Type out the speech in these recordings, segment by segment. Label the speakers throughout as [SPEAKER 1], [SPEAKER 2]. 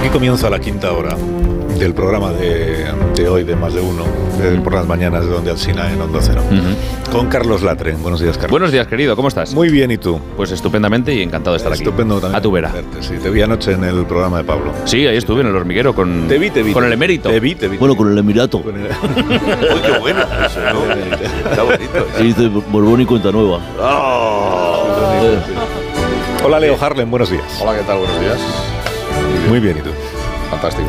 [SPEAKER 1] Aquí comienza la quinta hora del programa de, de hoy, de más de uno, de- por las mañanas de Donde Alcina en Onda Cero. Con Carlos Latre. Buenos días, Carlos.
[SPEAKER 2] Mm. Buenos días, querido, ¿cómo estás?
[SPEAKER 1] Muy bien, ¿y tú?
[SPEAKER 2] Pues estupendamente y encantado de estar aquí.
[SPEAKER 1] Estupendo también.
[SPEAKER 2] A tu vera.
[SPEAKER 1] verte, sí. te vi anoche en el programa de Pablo.
[SPEAKER 2] Sí, ahí estuve en el hormiguero con,
[SPEAKER 1] Te vi, te vi.
[SPEAKER 2] con el emérito.
[SPEAKER 1] Te vi, te vi.
[SPEAKER 3] Bueno, con el Emirato.
[SPEAKER 1] Con el-
[SPEAKER 4] Uy, qué bueno eso, ¿no? Está bonito.
[SPEAKER 3] Se dice Borbón y Cuenta Nueva.
[SPEAKER 4] Oh.
[SPEAKER 1] Hola, Leo Harlem. Buenos días.
[SPEAKER 5] Hola, ¿qué tal? Buenos días.
[SPEAKER 1] Muy bien, ¿y tú?
[SPEAKER 5] Fantástico.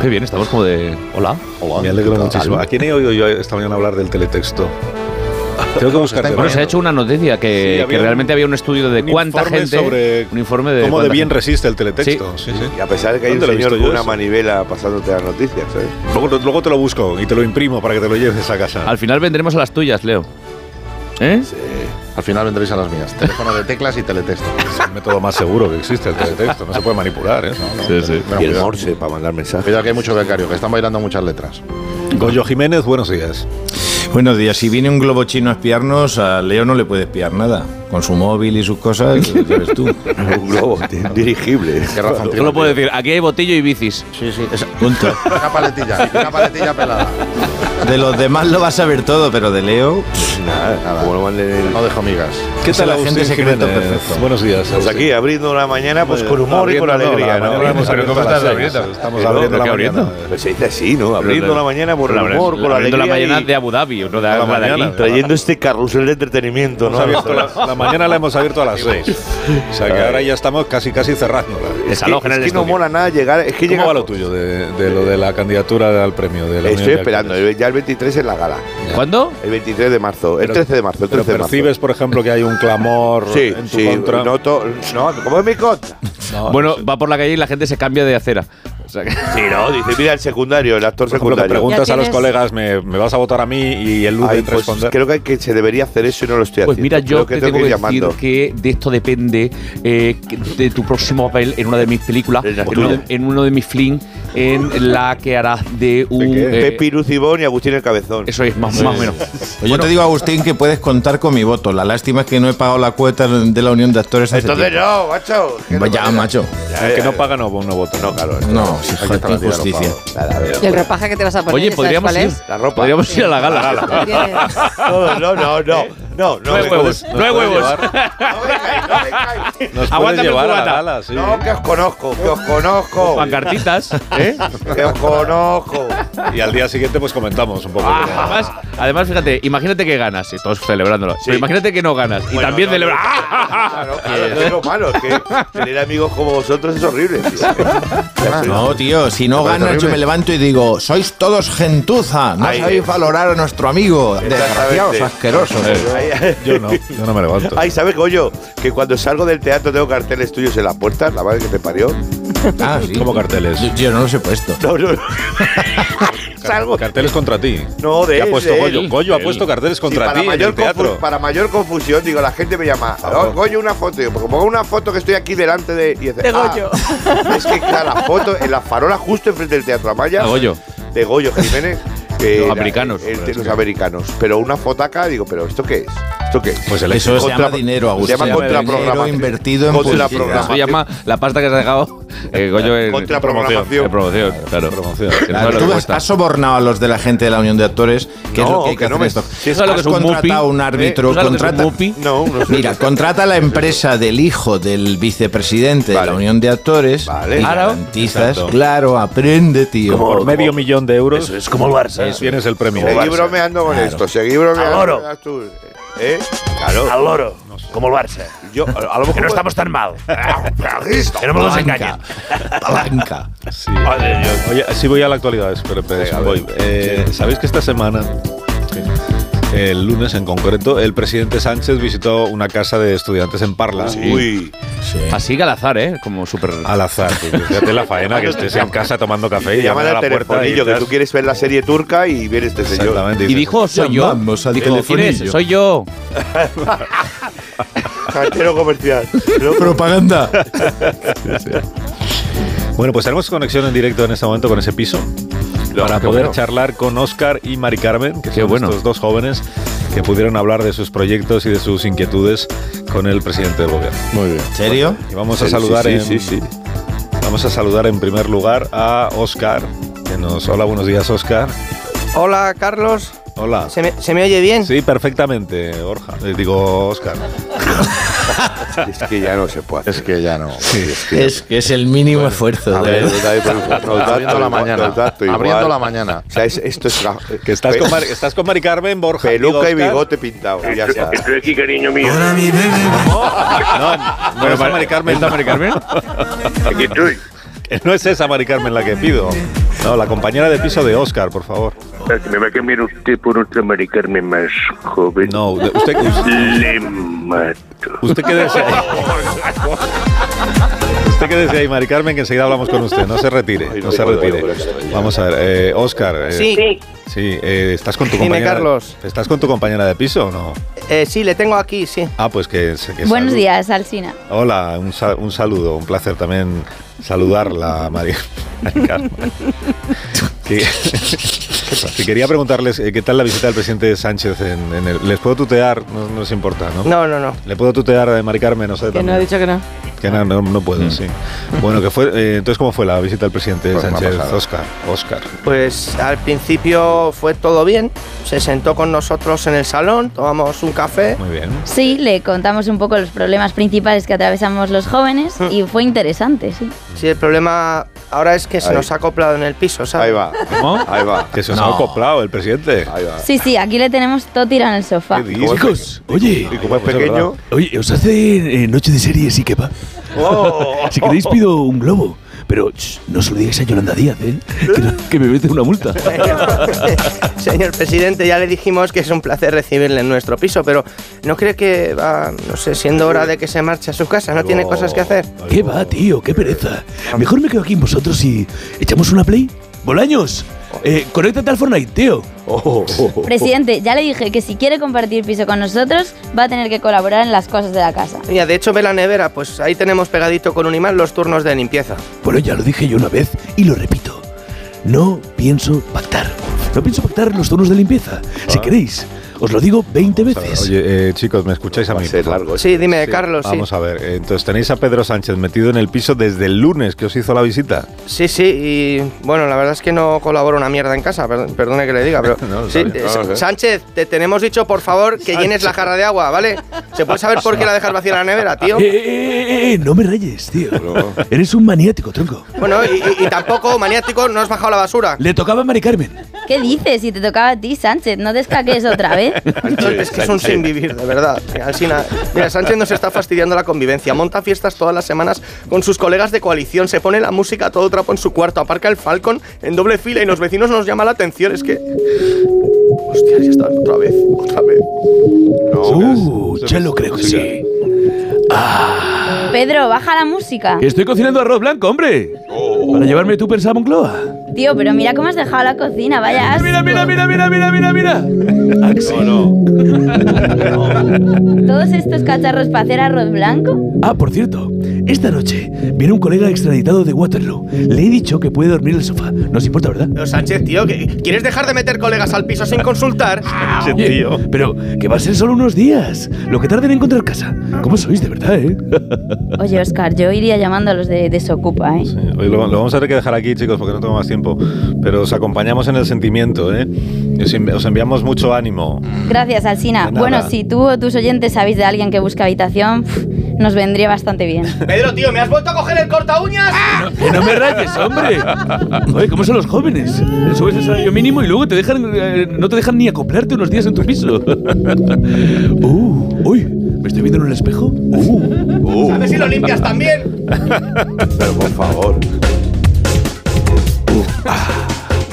[SPEAKER 2] Qué bien, estamos como de. Hola.
[SPEAKER 1] Me alegro muchísimo. ¿A quién he oído yo esta mañana hablar del teletexto? Tengo que buscar.
[SPEAKER 2] Bueno, se ha hecho una noticia que,
[SPEAKER 1] Sí, había
[SPEAKER 2] que
[SPEAKER 1] un-
[SPEAKER 2] realmente había un estudio de
[SPEAKER 1] un
[SPEAKER 2] cuánta
[SPEAKER 1] informe
[SPEAKER 2] gente.
[SPEAKER 1] sobre
[SPEAKER 2] un informe de.
[SPEAKER 1] ¿Cómo de
[SPEAKER 2] cuánta
[SPEAKER 1] bien
[SPEAKER 2] gente-
[SPEAKER 1] resiste el teletexto? Sí, sí.
[SPEAKER 4] Y a pesar de que hay un
[SPEAKER 1] ¿Dónde lo he
[SPEAKER 4] señor
[SPEAKER 1] visto
[SPEAKER 4] con
[SPEAKER 1] yo
[SPEAKER 4] una
[SPEAKER 1] eso?
[SPEAKER 4] manivela pasándote las noticias, ¿sabes?
[SPEAKER 1] Luego, luego te lo busco y te lo imprimo para que te lo lleves a casa.
[SPEAKER 2] Al final vendremos a las tuyas, Leo. ¿Eh?
[SPEAKER 5] Al final vendréis a las mías. Teléfono de teclas y teletexto.
[SPEAKER 1] Es el método más seguro que existe, el teletexto. No se puede manipular, ¿eh? No, no.
[SPEAKER 2] Sí, sí.
[SPEAKER 5] Bueno,
[SPEAKER 4] y el
[SPEAKER 5] cuidado.
[SPEAKER 4] morse para mandar mensajes.
[SPEAKER 5] Cuidado que hay muchos becarios que están bailando muchas letras.
[SPEAKER 1] Goyo Jiménez, buenos días.
[SPEAKER 6] Buenos días. Si viene un globo chino a espiarnos, a Leo no le puede espiar nada. Con su móvil y sus cosas, ya ves tú.
[SPEAKER 4] Un globo tío, dirigible.
[SPEAKER 5] Qué razón tiene.
[SPEAKER 2] Solo puedo decir, aquí hay botillo y bicis.
[SPEAKER 5] Sí, sí. es-
[SPEAKER 6] Punto.
[SPEAKER 5] Una paletilla, una paletilla pelada.
[SPEAKER 6] De los demás lo vas a ver todo, pero de Leo. pues,
[SPEAKER 4] Nada, Como lo manden en-
[SPEAKER 5] No dejo migas.
[SPEAKER 1] ¿Qué
[SPEAKER 6] Es el agente
[SPEAKER 1] Agustín
[SPEAKER 6] secreto
[SPEAKER 1] Jiménez?
[SPEAKER 6] perfecto.
[SPEAKER 1] Buenos días.
[SPEAKER 4] Pues
[SPEAKER 1] Agustín.
[SPEAKER 4] aquí abriendo la mañana pues con humor y con
[SPEAKER 1] Abriendo, no,
[SPEAKER 4] alegría.
[SPEAKER 1] la
[SPEAKER 4] ¿no?
[SPEAKER 1] mañana hemos
[SPEAKER 4] Pero
[SPEAKER 1] abierto
[SPEAKER 4] ¿cómo
[SPEAKER 1] a las
[SPEAKER 4] estás
[SPEAKER 1] seis.
[SPEAKER 4] abriendo?
[SPEAKER 1] Estamos
[SPEAKER 4] Pero,
[SPEAKER 1] abriendo
[SPEAKER 2] ¿pero
[SPEAKER 1] la
[SPEAKER 2] qué
[SPEAKER 1] mañana.
[SPEAKER 2] abriendo?
[SPEAKER 4] Pues se dice así, ¿no? Abriendo la mañana por el humor, con la
[SPEAKER 2] Abriendo la mañana
[SPEAKER 4] alegría
[SPEAKER 2] de Abu Dhabi, no de,
[SPEAKER 1] A la
[SPEAKER 2] de aquí.
[SPEAKER 1] mañana.
[SPEAKER 4] trayendo este carrusel de entretenimiento,
[SPEAKER 1] Hemos
[SPEAKER 4] ¿no?
[SPEAKER 1] abierto la, la mañana la hemos abierto a las seis. O sea que ahora ya estamos casi casi cerrándola.
[SPEAKER 4] Es que,
[SPEAKER 2] Desalojen
[SPEAKER 4] es
[SPEAKER 2] el
[SPEAKER 4] que no
[SPEAKER 2] estudio.
[SPEAKER 4] mola nada llegar. Es que
[SPEAKER 1] ¿Cómo
[SPEAKER 4] llega-
[SPEAKER 1] va lo tuyo de, de lo de la candidatura al premio? De la Unión
[SPEAKER 4] Estoy
[SPEAKER 1] de
[SPEAKER 4] esperando, eh,
[SPEAKER 1] Alcaldes?
[SPEAKER 4] ya el 23 en la gala.
[SPEAKER 2] ¿Cuándo?
[SPEAKER 4] El 23 de marzo, el
[SPEAKER 1] Pero-
[SPEAKER 4] 13 este de marzo, el
[SPEAKER 1] Pero
[SPEAKER 4] 13 de marzo.
[SPEAKER 1] percibes, por ejemplo, que hay un clamor
[SPEAKER 4] Sí,
[SPEAKER 1] en tu
[SPEAKER 4] sí,
[SPEAKER 1] contra.
[SPEAKER 4] No, to- no, como es mi contra.
[SPEAKER 1] No,
[SPEAKER 2] bueno, va por la calle y la gente se cambia de acera. O sea que-
[SPEAKER 4] Sí, no, dice, mira el secundario, el actor
[SPEAKER 1] Por ejemplo, Pues que
[SPEAKER 4] secundario.
[SPEAKER 1] preguntas
[SPEAKER 7] Ya
[SPEAKER 1] a los
[SPEAKER 7] tienes-
[SPEAKER 1] colegas, ¿me, me vas a votar a mí? Y el
[SPEAKER 4] Ay,
[SPEAKER 1] Lumen
[SPEAKER 4] pues,
[SPEAKER 1] responder.
[SPEAKER 4] creo que, hay que se debería hacer eso y no lo estoy haciendo.
[SPEAKER 2] Pues mira, yo
[SPEAKER 4] Creo
[SPEAKER 2] te tengo
[SPEAKER 4] ir
[SPEAKER 2] que decir
[SPEAKER 4] llamando.
[SPEAKER 2] que de esto depende eh, que- de tu próximo papel en una de mis películas,
[SPEAKER 4] El
[SPEAKER 2] en
[SPEAKER 4] Neptuno.
[SPEAKER 2] uno de, en uno de mis fling, en la que harás de un.
[SPEAKER 1] qué?
[SPEAKER 2] eh,
[SPEAKER 4] Pepi Lucibón y Agustín el Cabezón.
[SPEAKER 2] eso es, más, más o menos.
[SPEAKER 6] pues Yo te digo, Agustín, que puedes contar con mi voto. La lástima es que no he pagado la cuota de la Unión de Actores hace
[SPEAKER 5] Entonces
[SPEAKER 6] tiempo.
[SPEAKER 5] no, macho. que no
[SPEAKER 6] Ya,
[SPEAKER 5] me-
[SPEAKER 6] macho.
[SPEAKER 1] El Eh, que no paga no, no vota.
[SPEAKER 4] Eh, No, claro.
[SPEAKER 6] No, hijo,
[SPEAKER 5] está
[SPEAKER 6] qué
[SPEAKER 5] la tía,
[SPEAKER 6] injusticia.
[SPEAKER 5] no
[SPEAKER 4] Nada, a ver.
[SPEAKER 7] Y el ropaje que te vas a poner.
[SPEAKER 2] Oye,
[SPEAKER 7] ¿sabes
[SPEAKER 2] podríamos
[SPEAKER 7] cuál
[SPEAKER 2] ir,
[SPEAKER 7] es?
[SPEAKER 4] La ropa.
[SPEAKER 2] podríamos ir a la gala.
[SPEAKER 7] La gala.
[SPEAKER 4] No, no, no, no.
[SPEAKER 1] Eh,
[SPEAKER 4] No, no,
[SPEAKER 2] No hay
[SPEAKER 4] me-
[SPEAKER 2] huevos, no hay huevos.
[SPEAKER 5] No me caigáis, no me caigáis.
[SPEAKER 1] Nos puedes
[SPEAKER 2] Aguántame
[SPEAKER 1] llevar
[SPEAKER 2] el
[SPEAKER 1] a la
[SPEAKER 2] cubata.
[SPEAKER 1] gala, sí.
[SPEAKER 5] No, que os conozco, que os conozco.
[SPEAKER 2] Pancartitas.
[SPEAKER 5] ¿Eh? Que os conozco.
[SPEAKER 1] Y al día siguiente pues comentamos un poco.
[SPEAKER 2] Además, además, fíjate, imagínate que ganas, y todos celebrándolo. Pero imagínate que no ganas y
[SPEAKER 4] Bueno,
[SPEAKER 2] también
[SPEAKER 4] no,
[SPEAKER 2] celebras.
[SPEAKER 4] no. Claro, claro, que es lo malo, es que tener amigos como vosotros es horrible, tío.
[SPEAKER 6] No, tío, si no
[SPEAKER 5] Me parece
[SPEAKER 6] ganas, yo
[SPEAKER 5] horrible.
[SPEAKER 6] me levanto y digo, sois todos gentuza, no
[SPEAKER 4] Ahí
[SPEAKER 6] sabéis
[SPEAKER 4] es.
[SPEAKER 6] valorar a nuestro amigo. Desgraciados, asquerosos.
[SPEAKER 4] Ay,
[SPEAKER 1] Yo no, yo no me levanto.
[SPEAKER 4] Ay, ¿sabes, Goyo? Que cuando salgo del teatro tengo carteles tuyos en la puerta, la madre que te parió.
[SPEAKER 6] Ah, sí.
[SPEAKER 1] Como carteles.
[SPEAKER 6] Yo- Yo no los he puesto.
[SPEAKER 4] No, no, no. Salgo.
[SPEAKER 1] Carteles contra ti.
[SPEAKER 4] No, de
[SPEAKER 1] Ya ha
[SPEAKER 4] él,
[SPEAKER 1] puesto
[SPEAKER 4] de
[SPEAKER 1] Goyo.
[SPEAKER 4] él.
[SPEAKER 1] Goyo ha
[SPEAKER 2] Él.
[SPEAKER 1] puesto carteles
[SPEAKER 4] Sí,
[SPEAKER 1] contra ti en el
[SPEAKER 4] mayor
[SPEAKER 1] teatro.
[SPEAKER 4] confu- para mayor confusión, digo, la gente me llama. "Oh, Goyo, una foto. Digo, porque pongo una foto que estoy aquí delante de. Y dice,
[SPEAKER 7] De
[SPEAKER 4] "Ah".
[SPEAKER 7] Goyo.
[SPEAKER 4] Es que claro, la foto en la farola justo enfrente del Teatro Amaya.
[SPEAKER 2] De Ah, Goyo.
[SPEAKER 4] De Goyo Jiménez. que
[SPEAKER 2] Los
[SPEAKER 4] era-
[SPEAKER 2] americanos,
[SPEAKER 4] el-
[SPEAKER 2] hombre, es
[SPEAKER 4] los
[SPEAKER 2] que-
[SPEAKER 4] americanos. Pero una fotaca, digo, ¿pero esto qué es? ¿Esto qué es?
[SPEAKER 1] Pues el
[SPEAKER 6] Eso
[SPEAKER 1] éxito.
[SPEAKER 6] se
[SPEAKER 4] Contra-
[SPEAKER 6] llama dinero, Agustín.
[SPEAKER 4] se llama
[SPEAKER 6] dinero
[SPEAKER 4] contraprogramación.
[SPEAKER 6] invertido en
[SPEAKER 4] Contra
[SPEAKER 6] publicidad.
[SPEAKER 2] Eso llama la pasta que has dejado. eh, Goyo, en-
[SPEAKER 4] Contra
[SPEAKER 2] en
[SPEAKER 4] programación.
[SPEAKER 2] promoción, claro.
[SPEAKER 1] Promoción.
[SPEAKER 2] Que no
[SPEAKER 6] Claro,
[SPEAKER 2] sabe lo que
[SPEAKER 6] tú has,
[SPEAKER 2] cuesta.
[SPEAKER 6] has sobornado a los de la gente de la Unión de Actores, que es lo que hay que,
[SPEAKER 4] que no
[SPEAKER 6] hacer
[SPEAKER 4] me-
[SPEAKER 6] esto.
[SPEAKER 4] si
[SPEAKER 2] es lo que
[SPEAKER 6] has
[SPEAKER 2] es un
[SPEAKER 6] contratado a
[SPEAKER 2] mupi, Eh,
[SPEAKER 6] un árbitro,
[SPEAKER 2] ¿Tú sabes lo que es un
[SPEAKER 6] contrata-
[SPEAKER 2] mupi?
[SPEAKER 4] No, no sé.
[SPEAKER 6] Mira, contrata a la empresa del hijo del vicepresidente de
[SPEAKER 4] Vale.
[SPEAKER 6] la Unión de Actores
[SPEAKER 4] Vale.
[SPEAKER 6] y
[SPEAKER 2] Claro.
[SPEAKER 6] garantizas,
[SPEAKER 1] Exacto.
[SPEAKER 6] claro, aprende, tío.
[SPEAKER 1] Por medio millón de euros
[SPEAKER 4] es como el Barça.
[SPEAKER 1] tienes el premio.
[SPEAKER 4] Seguí bromeando con esto, seguí bromeando.
[SPEAKER 8] Al oro.
[SPEAKER 4] con Astur. ¿Eh? Claro.
[SPEAKER 8] al loro, como el Barça.
[SPEAKER 4] Yo, a a lo mejor.
[SPEAKER 8] Que no estamos tan mal. que no me los engañen.
[SPEAKER 6] Palanca.
[SPEAKER 1] Sí. Oye, sí voy a la actualidad, pero, pero
[SPEAKER 4] Venga, pues.
[SPEAKER 1] voy. Eh, ¿Sabéis que esta semana, el lunes en concreto, el presidente Sánchez visitó una casa de estudiantes en Parla?
[SPEAKER 4] Uy.
[SPEAKER 6] Sí.
[SPEAKER 2] Así que al azar, ¿eh? Como súper.
[SPEAKER 1] Al azar, tío. Fíjate la faena que estés en casa tomando café y
[SPEAKER 4] Llaman
[SPEAKER 1] llamar a
[SPEAKER 4] al
[SPEAKER 1] la puerta. Y
[SPEAKER 4] telefonillo, que
[SPEAKER 1] estás-
[SPEAKER 4] tú quieres ver la serie turca y viene este señor.
[SPEAKER 1] Exactamente.
[SPEAKER 2] Y dijo, soy yo.
[SPEAKER 6] Llamamos al
[SPEAKER 2] Dijo, ¿quién es?
[SPEAKER 6] telefonillo".
[SPEAKER 2] Soy yo.
[SPEAKER 4] Cartero comercial. Pero-
[SPEAKER 6] Propaganda.
[SPEAKER 1] Bueno, pues tenemos conexión en directo en este momento con ese piso para
[SPEAKER 2] qué
[SPEAKER 1] poder
[SPEAKER 2] bueno.
[SPEAKER 1] charlar con Óscar y Mari Carmen, que
[SPEAKER 2] Qué
[SPEAKER 1] son
[SPEAKER 2] bueno.
[SPEAKER 1] estos dos jóvenes que pudieron hablar de sus proyectos y de sus inquietudes con el presidente del gobierno.
[SPEAKER 5] Muy bien.
[SPEAKER 6] ¿En serio?
[SPEAKER 1] Y vamos a
[SPEAKER 4] Sí,
[SPEAKER 1] saludar
[SPEAKER 4] sí,
[SPEAKER 1] en,
[SPEAKER 4] sí, sí.
[SPEAKER 1] vamos a saludar en primer lugar a Óscar, que nos hola, buenos días, Óscar.
[SPEAKER 7] Hola, Carlos.
[SPEAKER 1] Hola.
[SPEAKER 7] ¿Se me, se me oye bien?
[SPEAKER 1] Sí, perfectamente, Borja. Eh, digo, Óscar.
[SPEAKER 4] Es que ya no se puede hacer.
[SPEAKER 5] Es que ya no. Es que-
[SPEAKER 6] Es que es el mínimo esfuerzo.
[SPEAKER 4] A
[SPEAKER 6] de
[SPEAKER 4] ver,
[SPEAKER 6] verdad.
[SPEAKER 4] David, por favor, nos da-
[SPEAKER 5] Abriendo la
[SPEAKER 4] nos da-
[SPEAKER 5] mañana.
[SPEAKER 4] nos da todo igual.
[SPEAKER 5] Abriendo la mañana.
[SPEAKER 4] O sea, es- esto es la-
[SPEAKER 1] Que estás
[SPEAKER 4] pe-
[SPEAKER 1] con, Mari- estás con Mari Carmen, Borja.
[SPEAKER 4] peluca y
[SPEAKER 1] digo, Óscar.
[SPEAKER 4] bigote pintado. Ya está.
[SPEAKER 8] Estoy aquí, cariño mío.
[SPEAKER 1] No, no es a Mari Carmen.
[SPEAKER 2] ¿Está Mari Carmen?
[SPEAKER 8] Aquí estoy.
[SPEAKER 1] No es esa Mari Carmen la que pido. No, la compañera de piso de Óscar, por favor.
[SPEAKER 8] Me va a cambiar usted por otra maricarme más joven.
[SPEAKER 1] No, de- usted, us-
[SPEAKER 8] Le mato.
[SPEAKER 1] usted quédese ahí. Usted quédese ahí, Mari Carmen, que enseguida hablamos con usted. No se retire, no se retire. Vamos a ver, eh, Óscar. eh,
[SPEAKER 7] Sí,
[SPEAKER 1] Sí, eh, ¿estás con tu
[SPEAKER 7] Dime,
[SPEAKER 1] compañera?
[SPEAKER 7] Carlos.
[SPEAKER 1] ¿Estás con tu compañera de piso o no?
[SPEAKER 7] eh, sí, le tengo aquí, sí.
[SPEAKER 1] Ah, pues que... se- que
[SPEAKER 9] Buenos
[SPEAKER 1] salud.
[SPEAKER 9] días, Alsina.
[SPEAKER 1] Hola, un, sa- un saludo, un placer también saludarla, María. Mari Carmen. Que- que quería preguntarles eh, qué tal la visita del presidente Sánchez en, en el... ¿Les puedo tutear? No, no les importa, ¿no?
[SPEAKER 7] No, no, no.
[SPEAKER 1] ¿Le puedo tutear a Mari Carmen? No sé,
[SPEAKER 10] Que no ha
[SPEAKER 1] también.
[SPEAKER 10] dicho que no.
[SPEAKER 1] Que no, no, no puedo, sí. Bueno, que fue, eh, entonces, ¿cómo fue la visita del presidente
[SPEAKER 5] Pues una
[SPEAKER 1] Sánchez?
[SPEAKER 5] pasada.
[SPEAKER 1] Oscar, Oscar.
[SPEAKER 7] Pues al principio fue todo bien. Se sentó con nosotros en el salón, tomamos un café.
[SPEAKER 1] Muy bien.
[SPEAKER 9] Sí, le contamos un poco los problemas principales que atravesamos los jóvenes y fue interesante, sí.
[SPEAKER 7] Sí, el problema ahora es que se
[SPEAKER 4] Ahí.
[SPEAKER 7] nos ha acoplado en el piso, ¿sabes?
[SPEAKER 4] Ahí va.
[SPEAKER 1] ¿Cómo?
[SPEAKER 4] Ahí va.
[SPEAKER 1] Que se os
[SPEAKER 6] No.
[SPEAKER 1] ha acoplado el presidente.
[SPEAKER 4] Ahí va.
[SPEAKER 9] Sí, sí, aquí le tenemos todo tirado en el sofá.
[SPEAKER 1] ¿Qué dices?
[SPEAKER 10] oye,
[SPEAKER 4] Y como es pequeño,
[SPEAKER 10] oye, os hace eh, noche de series y quepa. Si queréis pido un globo. Pero no se lo digáis a Yolanda Díaz, ¿eh? Que, me mete una multa.
[SPEAKER 7] Señor presidente, ya le dijimos que es un placer recibirle en nuestro piso, pero ¿no cree que va, no sé, siendo hora de que se marche a su casa? ¿No tiene cosas que hacer?
[SPEAKER 10] ¿Qué va, tío? ¡Qué pereza! Mejor me quedo aquí con vosotros y echamos una play. ¡Bolaños! Eh, conéctate al Fortnite, tío.
[SPEAKER 9] Presidente, ya le dije que si quiere compartir piso con nosotros, va a tener que colaborar en las cosas de la casa.
[SPEAKER 7] Mira, de hecho ve la nevera, pues ahí tenemos pegadito con un imán los turnos de limpieza.
[SPEAKER 10] Bueno, ya lo dije yo una vez y lo repito. No pienso pactar. No pienso pactar los turnos de limpieza. Si queréis, os lo digo 20 veces.
[SPEAKER 1] Oye, eh, chicos, ¿me escucháis a
[SPEAKER 4] va a
[SPEAKER 1] mí?
[SPEAKER 4] ser
[SPEAKER 1] por favor?
[SPEAKER 4] largo.
[SPEAKER 7] Sí, dime, Carlos, sí.
[SPEAKER 1] Pues Vamos a ver, eh, entonces tenéis a Pedro Sánchez metido en el piso desde el lunes que os hizo la visita.
[SPEAKER 7] Sí, sí, y bueno, la verdad es que no colaboro una mierda en casa, per- perdone que le diga, pero...
[SPEAKER 1] No,
[SPEAKER 7] sí,
[SPEAKER 1] no,
[SPEAKER 7] eh,
[SPEAKER 1] no,
[SPEAKER 7] Sa-
[SPEAKER 1] no.
[SPEAKER 7] Sánchez, te tenemos dicho, por favor, que llenes la jarra de agua, ¿vale? ¿Se puede saber por qué la dejas vacía en la nevera, tío?
[SPEAKER 10] Eh, eh, eh, eh, no me rayes, tío. Eres un maniático, tronco.
[SPEAKER 7] Bueno, y, y- y tampoco, maniático, no has bajado la basura.
[SPEAKER 10] Le tocaba a Mari Carmen.
[SPEAKER 9] ¿Qué dices? Si te tocaba a ti, Sánchez, no te escaques otra vez.
[SPEAKER 7] es que es un sin vivir, de verdad. Mira, Alsina, mira, Sánchez nos está fastidiando la convivencia. Monta fiestas todas las semanas con sus colegas de coalición. Se pone la música a todo trapo en su cuarto. Aparca el Falcon en doble fila y los vecinos nos llama la atención. Es que. Hostia, ya está otra vez, otra vez.
[SPEAKER 10] Uh, ya lo creo que sí.
[SPEAKER 9] Pedro, baja la música.
[SPEAKER 10] Estoy cocinando arroz blanco, hombre. Para llevarme tú pensaba Moncloa.
[SPEAKER 9] Tío, pero mira cómo has dejado la cocina, vaya asco.
[SPEAKER 10] Mira, mira, mira, mira, mira, mira, mira. Axel.
[SPEAKER 9] Todos estos cacharros para hacer arroz blanco.
[SPEAKER 10] Ah, por cierto, esta noche viene un colega extraditado de Waterloo. Le he dicho que puede dormir en el sofá. No os importa, ¿verdad?
[SPEAKER 7] Pero Sánchez, tío, ¿qué- ¿quieres dejar de meter colegas al piso sin consultar?
[SPEAKER 10] Oye, Pero que va a ser solo unos días. Lo que tarden en encontrar casa. ¿Cómo sois de verdad, eh?
[SPEAKER 9] Oye, Oscar, yo iría llamando a los de Desocupa, ¿eh?
[SPEAKER 1] Sí, hoy lo, lo vamos a tener que dejar aquí, chicos, porque no tengo más tiempo. Pero os acompañamos en el sentimiento, ¿eh? Y Os, envi- os enviamos mucho ánimo.
[SPEAKER 9] Gracias, Alsina.
[SPEAKER 1] De nada.
[SPEAKER 9] Bueno, si tú o tus oyentes sabéis de alguien que busca habitación, pf, nos vendría bastante bien.
[SPEAKER 7] Pedro, tío, ¿me has vuelto a coger el corta uñas?
[SPEAKER 11] Ah,
[SPEAKER 10] ¡Que no me rayes, hombre! Oye, ¿cómo son los jóvenes? Les subes el salario mínimo y luego te dejan, eh, no te dejan ni acoplarte unos días en tu piso. ¡Uh! ¡Uy! ¿Me estoy viendo en un espejo? ¡Uh!
[SPEAKER 7] A ver si lo limpias también.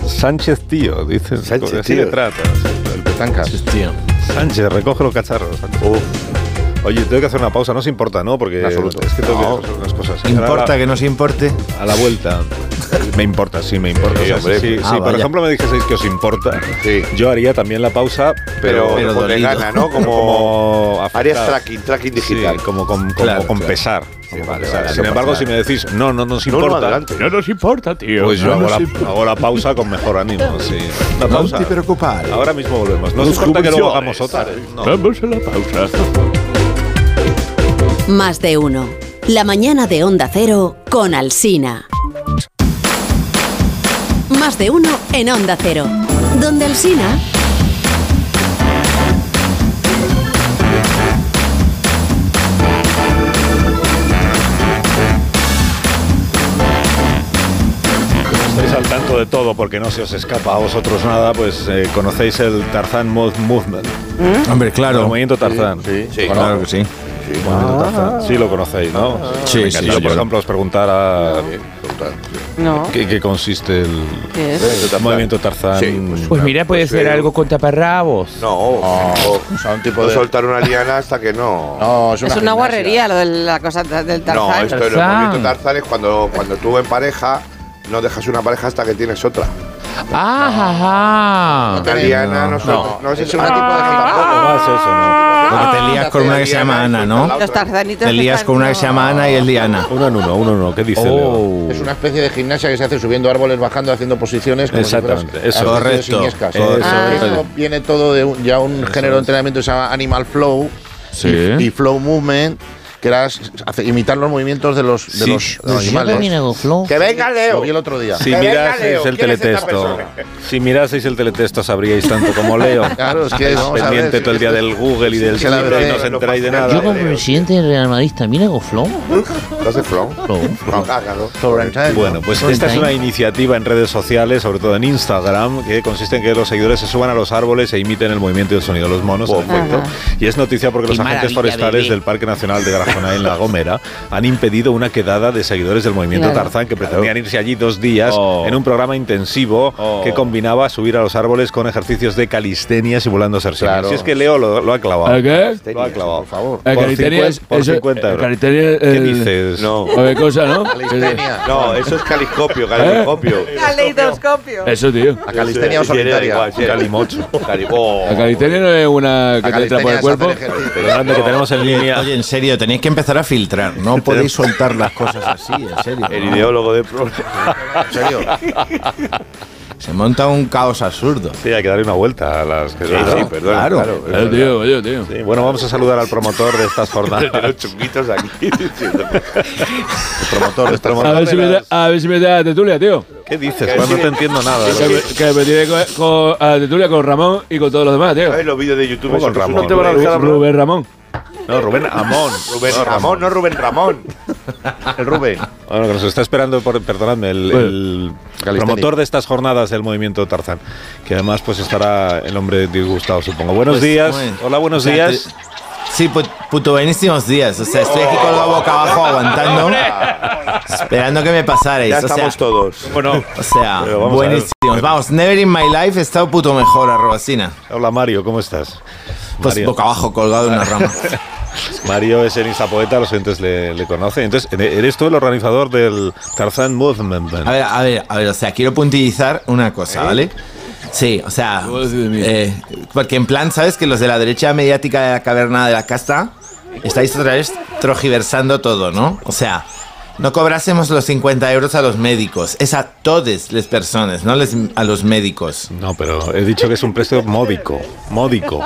[SPEAKER 1] Sánchez tío, dice.
[SPEAKER 4] Sánchez,
[SPEAKER 1] así
[SPEAKER 4] tío.
[SPEAKER 1] le trata.
[SPEAKER 5] Petancas.
[SPEAKER 1] Sánchez, recoge los cacharros. Sánchez. Oye, tengo que hacer una pausa, no se importa, ¿no? Porque
[SPEAKER 5] absoluto.
[SPEAKER 1] es que tengo que hacer unas cosas.
[SPEAKER 6] ¿Importa que no se importe?
[SPEAKER 1] A la vuelta. Me importa, sí, me importa.
[SPEAKER 4] Sí,
[SPEAKER 1] O sea,
[SPEAKER 4] hombre.
[SPEAKER 1] si si
[SPEAKER 6] Ah,
[SPEAKER 1] por
[SPEAKER 6] vaya.
[SPEAKER 1] ejemplo me dijeseis que os importa,
[SPEAKER 4] Sí.
[SPEAKER 1] yo haría también la pausa, pero,
[SPEAKER 4] Pero,
[SPEAKER 6] pero
[SPEAKER 4] como te
[SPEAKER 6] dolido.
[SPEAKER 4] gana, ¿no? Como
[SPEAKER 1] como
[SPEAKER 4] áreas
[SPEAKER 1] afectado.
[SPEAKER 4] tracking, tracking
[SPEAKER 1] Sí,
[SPEAKER 4] digital.
[SPEAKER 1] como con, como
[SPEAKER 6] Claro,
[SPEAKER 1] con
[SPEAKER 6] claro.
[SPEAKER 1] pesar. Como con
[SPEAKER 4] vale,
[SPEAKER 1] pesar.
[SPEAKER 4] vale,
[SPEAKER 1] Sin
[SPEAKER 4] no
[SPEAKER 1] embargo, si
[SPEAKER 4] pasa
[SPEAKER 1] me decís no, no nos
[SPEAKER 4] No, no,
[SPEAKER 1] importa,
[SPEAKER 4] adelante.
[SPEAKER 2] No nos importa, tío.
[SPEAKER 1] pues yo hago, la, hago la pausa con mejor ánimo. Sí. Una pausa.
[SPEAKER 5] preocupar.
[SPEAKER 1] Ahora mismo volvemos. No nos importa que luego hagamos otra. No.
[SPEAKER 2] Vamos a la pausa.
[SPEAKER 12] Más de uno. La mañana de Onda Cero con Alsina. Más de uno en Onda Cero. Donde Alsina.
[SPEAKER 1] estáis al tanto de todo porque no se os escapa a vosotros nada, pues eh, conocéis el Tarzán Mo- Movement,
[SPEAKER 6] Hombre,
[SPEAKER 1] el
[SPEAKER 6] claro.
[SPEAKER 1] movimiento Tarzán.
[SPEAKER 4] Sí, sí.
[SPEAKER 6] Claro que sí.
[SPEAKER 1] Sí, lo conocéis, ¿no?
[SPEAKER 6] Sí,
[SPEAKER 1] Me
[SPEAKER 6] sí,
[SPEAKER 1] encantaría,
[SPEAKER 6] sí,
[SPEAKER 1] por
[SPEAKER 6] sí.
[SPEAKER 1] ejemplo, os preguntara
[SPEAKER 11] No.
[SPEAKER 1] qué, qué consiste el
[SPEAKER 11] ¿Qué es?
[SPEAKER 1] el movimiento Tarzán.
[SPEAKER 4] Sí, pues,
[SPEAKER 2] Pues mira, puede ser algo con taparrabos.
[SPEAKER 4] No, o-
[SPEAKER 5] O sea, un tipo
[SPEAKER 4] no
[SPEAKER 5] de.
[SPEAKER 4] soltar una liana hasta que no.
[SPEAKER 5] No, es
[SPEAKER 11] Es
[SPEAKER 5] una,
[SPEAKER 11] una
[SPEAKER 5] gimnasia.
[SPEAKER 11] guarrería lo de la cosa ta- del
[SPEAKER 4] No,
[SPEAKER 11] Tarzán.
[SPEAKER 4] esto es lo
[SPEAKER 2] Tarzán.
[SPEAKER 4] movimiento Tarzán es cuando, cuando tú en pareja no dejas una pareja hasta que tienes otra.
[SPEAKER 2] Ah,
[SPEAKER 4] Una liana no, suelta- no,
[SPEAKER 5] es un tipo de
[SPEAKER 1] No es eso, ¿no?
[SPEAKER 6] Porque
[SPEAKER 2] Ah,
[SPEAKER 6] te lías con una que se llama Ana, ¿no?
[SPEAKER 11] Los tarzanitos.
[SPEAKER 6] Te lías
[SPEAKER 11] están-
[SPEAKER 6] con una que se llama Ana y es Liana.
[SPEAKER 1] Uno en uno, uno en uno. ¿Qué dice Leo?
[SPEAKER 5] Es una especie de gimnasia que se hace subiendo árboles, bajando, haciendo posiciones. Como
[SPEAKER 1] Exactamente,
[SPEAKER 5] si fueras
[SPEAKER 1] eso,
[SPEAKER 5] haciendo
[SPEAKER 6] correcto,
[SPEAKER 5] simiescas.
[SPEAKER 6] eso,
[SPEAKER 11] Ah. eso.
[SPEAKER 5] Eso viene todo de un- ya un género de entrenamiento que se llama Animal Flow
[SPEAKER 2] Sí.
[SPEAKER 5] y, y Flow Movement, que era s- hace- imitar los movimientos de los, de
[SPEAKER 1] Sí.
[SPEAKER 5] los animales.
[SPEAKER 4] Que venga
[SPEAKER 5] Lo
[SPEAKER 4] Leo.
[SPEAKER 5] vi el otro día.
[SPEAKER 1] Si
[SPEAKER 4] Que venga,
[SPEAKER 1] miraseis
[SPEAKER 4] Leo,
[SPEAKER 1] el
[SPEAKER 4] ¿quién es esta
[SPEAKER 1] teletexto,
[SPEAKER 4] persona?
[SPEAKER 1] si miraseis el teletexto sabríais tanto como Leo.
[SPEAKER 5] Claro, es que vamos a ver,
[SPEAKER 1] pendiente
[SPEAKER 5] es
[SPEAKER 1] todo el
[SPEAKER 5] que
[SPEAKER 1] día
[SPEAKER 5] esto-
[SPEAKER 1] del Google y del
[SPEAKER 5] es que la
[SPEAKER 1] libro y no
[SPEAKER 5] verdad es
[SPEAKER 1] os
[SPEAKER 5] que
[SPEAKER 4] lo
[SPEAKER 1] enteráis de
[SPEAKER 4] fascinante
[SPEAKER 1] nada.
[SPEAKER 4] Yo como
[SPEAKER 3] presidente del Real Madrid también hago flow.
[SPEAKER 4] ¿No hace flow? No, claro.
[SPEAKER 5] Sobre-
[SPEAKER 1] Bueno, pues esta es una iniciativa en redes sociales, sobre todo en Instagram, que consiste en que los seguidores se suban a los árboles e imiten el movimiento y el sonido de los monos. en efecto. Y es noticia porque los agentes forestales del Parque Nacional de Garjona en La Gomera han impedido una quedada de seguidores del movimiento
[SPEAKER 11] Claro.
[SPEAKER 1] Tarzán que pretendían irse allí dos días
[SPEAKER 2] Oh.
[SPEAKER 1] en un programa intensivo
[SPEAKER 2] Oh.
[SPEAKER 1] que combinaba subir a los árboles con ejercicios de calistenia simulando ser simios. Si es que Leo lo, lo ha clavado.
[SPEAKER 3] qué?
[SPEAKER 1] Lo ha clavado.
[SPEAKER 4] Por favor.
[SPEAKER 1] Este, Por, cincuen- por 50 euros. ¿Qué dices?
[SPEAKER 4] No.
[SPEAKER 3] cosa, ¿no?
[SPEAKER 4] No, eso es caliscopio, caliscopio.
[SPEAKER 11] Caleidoscopio.
[SPEAKER 3] Eso, tío.
[SPEAKER 5] La calistenia o solitaria.
[SPEAKER 1] Calimocho.
[SPEAKER 3] La calistenia no es una que
[SPEAKER 5] La
[SPEAKER 3] te entra por el
[SPEAKER 5] calistenia es hacer
[SPEAKER 3] cuerpo.
[SPEAKER 5] ejercicio.
[SPEAKER 1] Lo grande que tenemos en línea.
[SPEAKER 6] Oye, en serio, tenéis que empezar a filtrar. No podéis soltar las cosas así, en serio.
[SPEAKER 4] El
[SPEAKER 6] ¿no?
[SPEAKER 4] ideólogo de pro.
[SPEAKER 5] En serio.
[SPEAKER 6] Se monta un caos absurdo.
[SPEAKER 1] Sí, hay que darle una vuelta a las que
[SPEAKER 4] Sí, sí, perdón. Claro.
[SPEAKER 6] claro.
[SPEAKER 3] Claro,
[SPEAKER 4] es verdad.
[SPEAKER 3] tío, tío, tío.
[SPEAKER 1] Sí, bueno, vamos a saludar al promotor de estas jornadas.
[SPEAKER 4] De los chunguitos aquí. diciendo,
[SPEAKER 5] Promotor, es
[SPEAKER 3] A ver si me da, a ver si me da la tertulia, tío.
[SPEAKER 1] ¿Qué dices? Bueno, no te entiendo nada.
[SPEAKER 3] Que me, que me tiré con, con- a la tertulia con Ramón y con todos los demás, tío.
[SPEAKER 4] ¿Sabes los vídeos de YouTube?
[SPEAKER 1] ¿Cómo con
[SPEAKER 4] Eso que
[SPEAKER 1] Ramón?
[SPEAKER 4] es una-
[SPEAKER 3] Rubén Ramón.
[SPEAKER 1] No, Rubén Amón.
[SPEAKER 4] Rubén Ramón, no Rubén Ramón.
[SPEAKER 5] el Rubén.
[SPEAKER 1] Bueno, que nos está esperando, por, perdonadme, el, el
[SPEAKER 5] Calistenia.
[SPEAKER 1] promotor de estas jornadas del movimiento Tarzán, que además pues estará el hombre disgustado, supongo. Buenos
[SPEAKER 6] Pues,
[SPEAKER 1] días.
[SPEAKER 6] bueno.
[SPEAKER 1] Hola, buenos
[SPEAKER 6] O sea,
[SPEAKER 1] días.
[SPEAKER 6] te- Sí, pu- puto, buenísimos días. O sea, estoy aquí con la boca abajo aguantando. esperando que me pasarais.
[SPEAKER 4] Ya
[SPEAKER 6] o sea,
[SPEAKER 4] estamos todos.
[SPEAKER 1] Bueno,
[SPEAKER 6] O sea,
[SPEAKER 1] Pero vamos a ver.
[SPEAKER 6] buenísimos. Vamos, never in my life he estado puto mejor, arrobacina.
[SPEAKER 1] hola Mario, ¿cómo estás?
[SPEAKER 6] Pues
[SPEAKER 1] Mario.
[SPEAKER 6] boca abajo colgado de una rama.
[SPEAKER 1] Mario es el instapoeta, los oyentes le, le conocen. Entonces, ¿eres tú el organizador del Tarzán Movement?
[SPEAKER 6] A ver, a ver, a ver, o sea, quiero puntillizar una cosa, ¿vale? Sí, o sea,
[SPEAKER 3] Luego decide mí.
[SPEAKER 6] eh, porque en plan, ¿sabes que los de la derecha mediática de la caverna de la casta estáis otra vez trogiversando todo, ¿no? O sea, no cobrásemos los 50 euros a los médicos, es a todas las personas, no les, a los médicos.
[SPEAKER 1] No, pero he dicho que es un precio módico. Módico.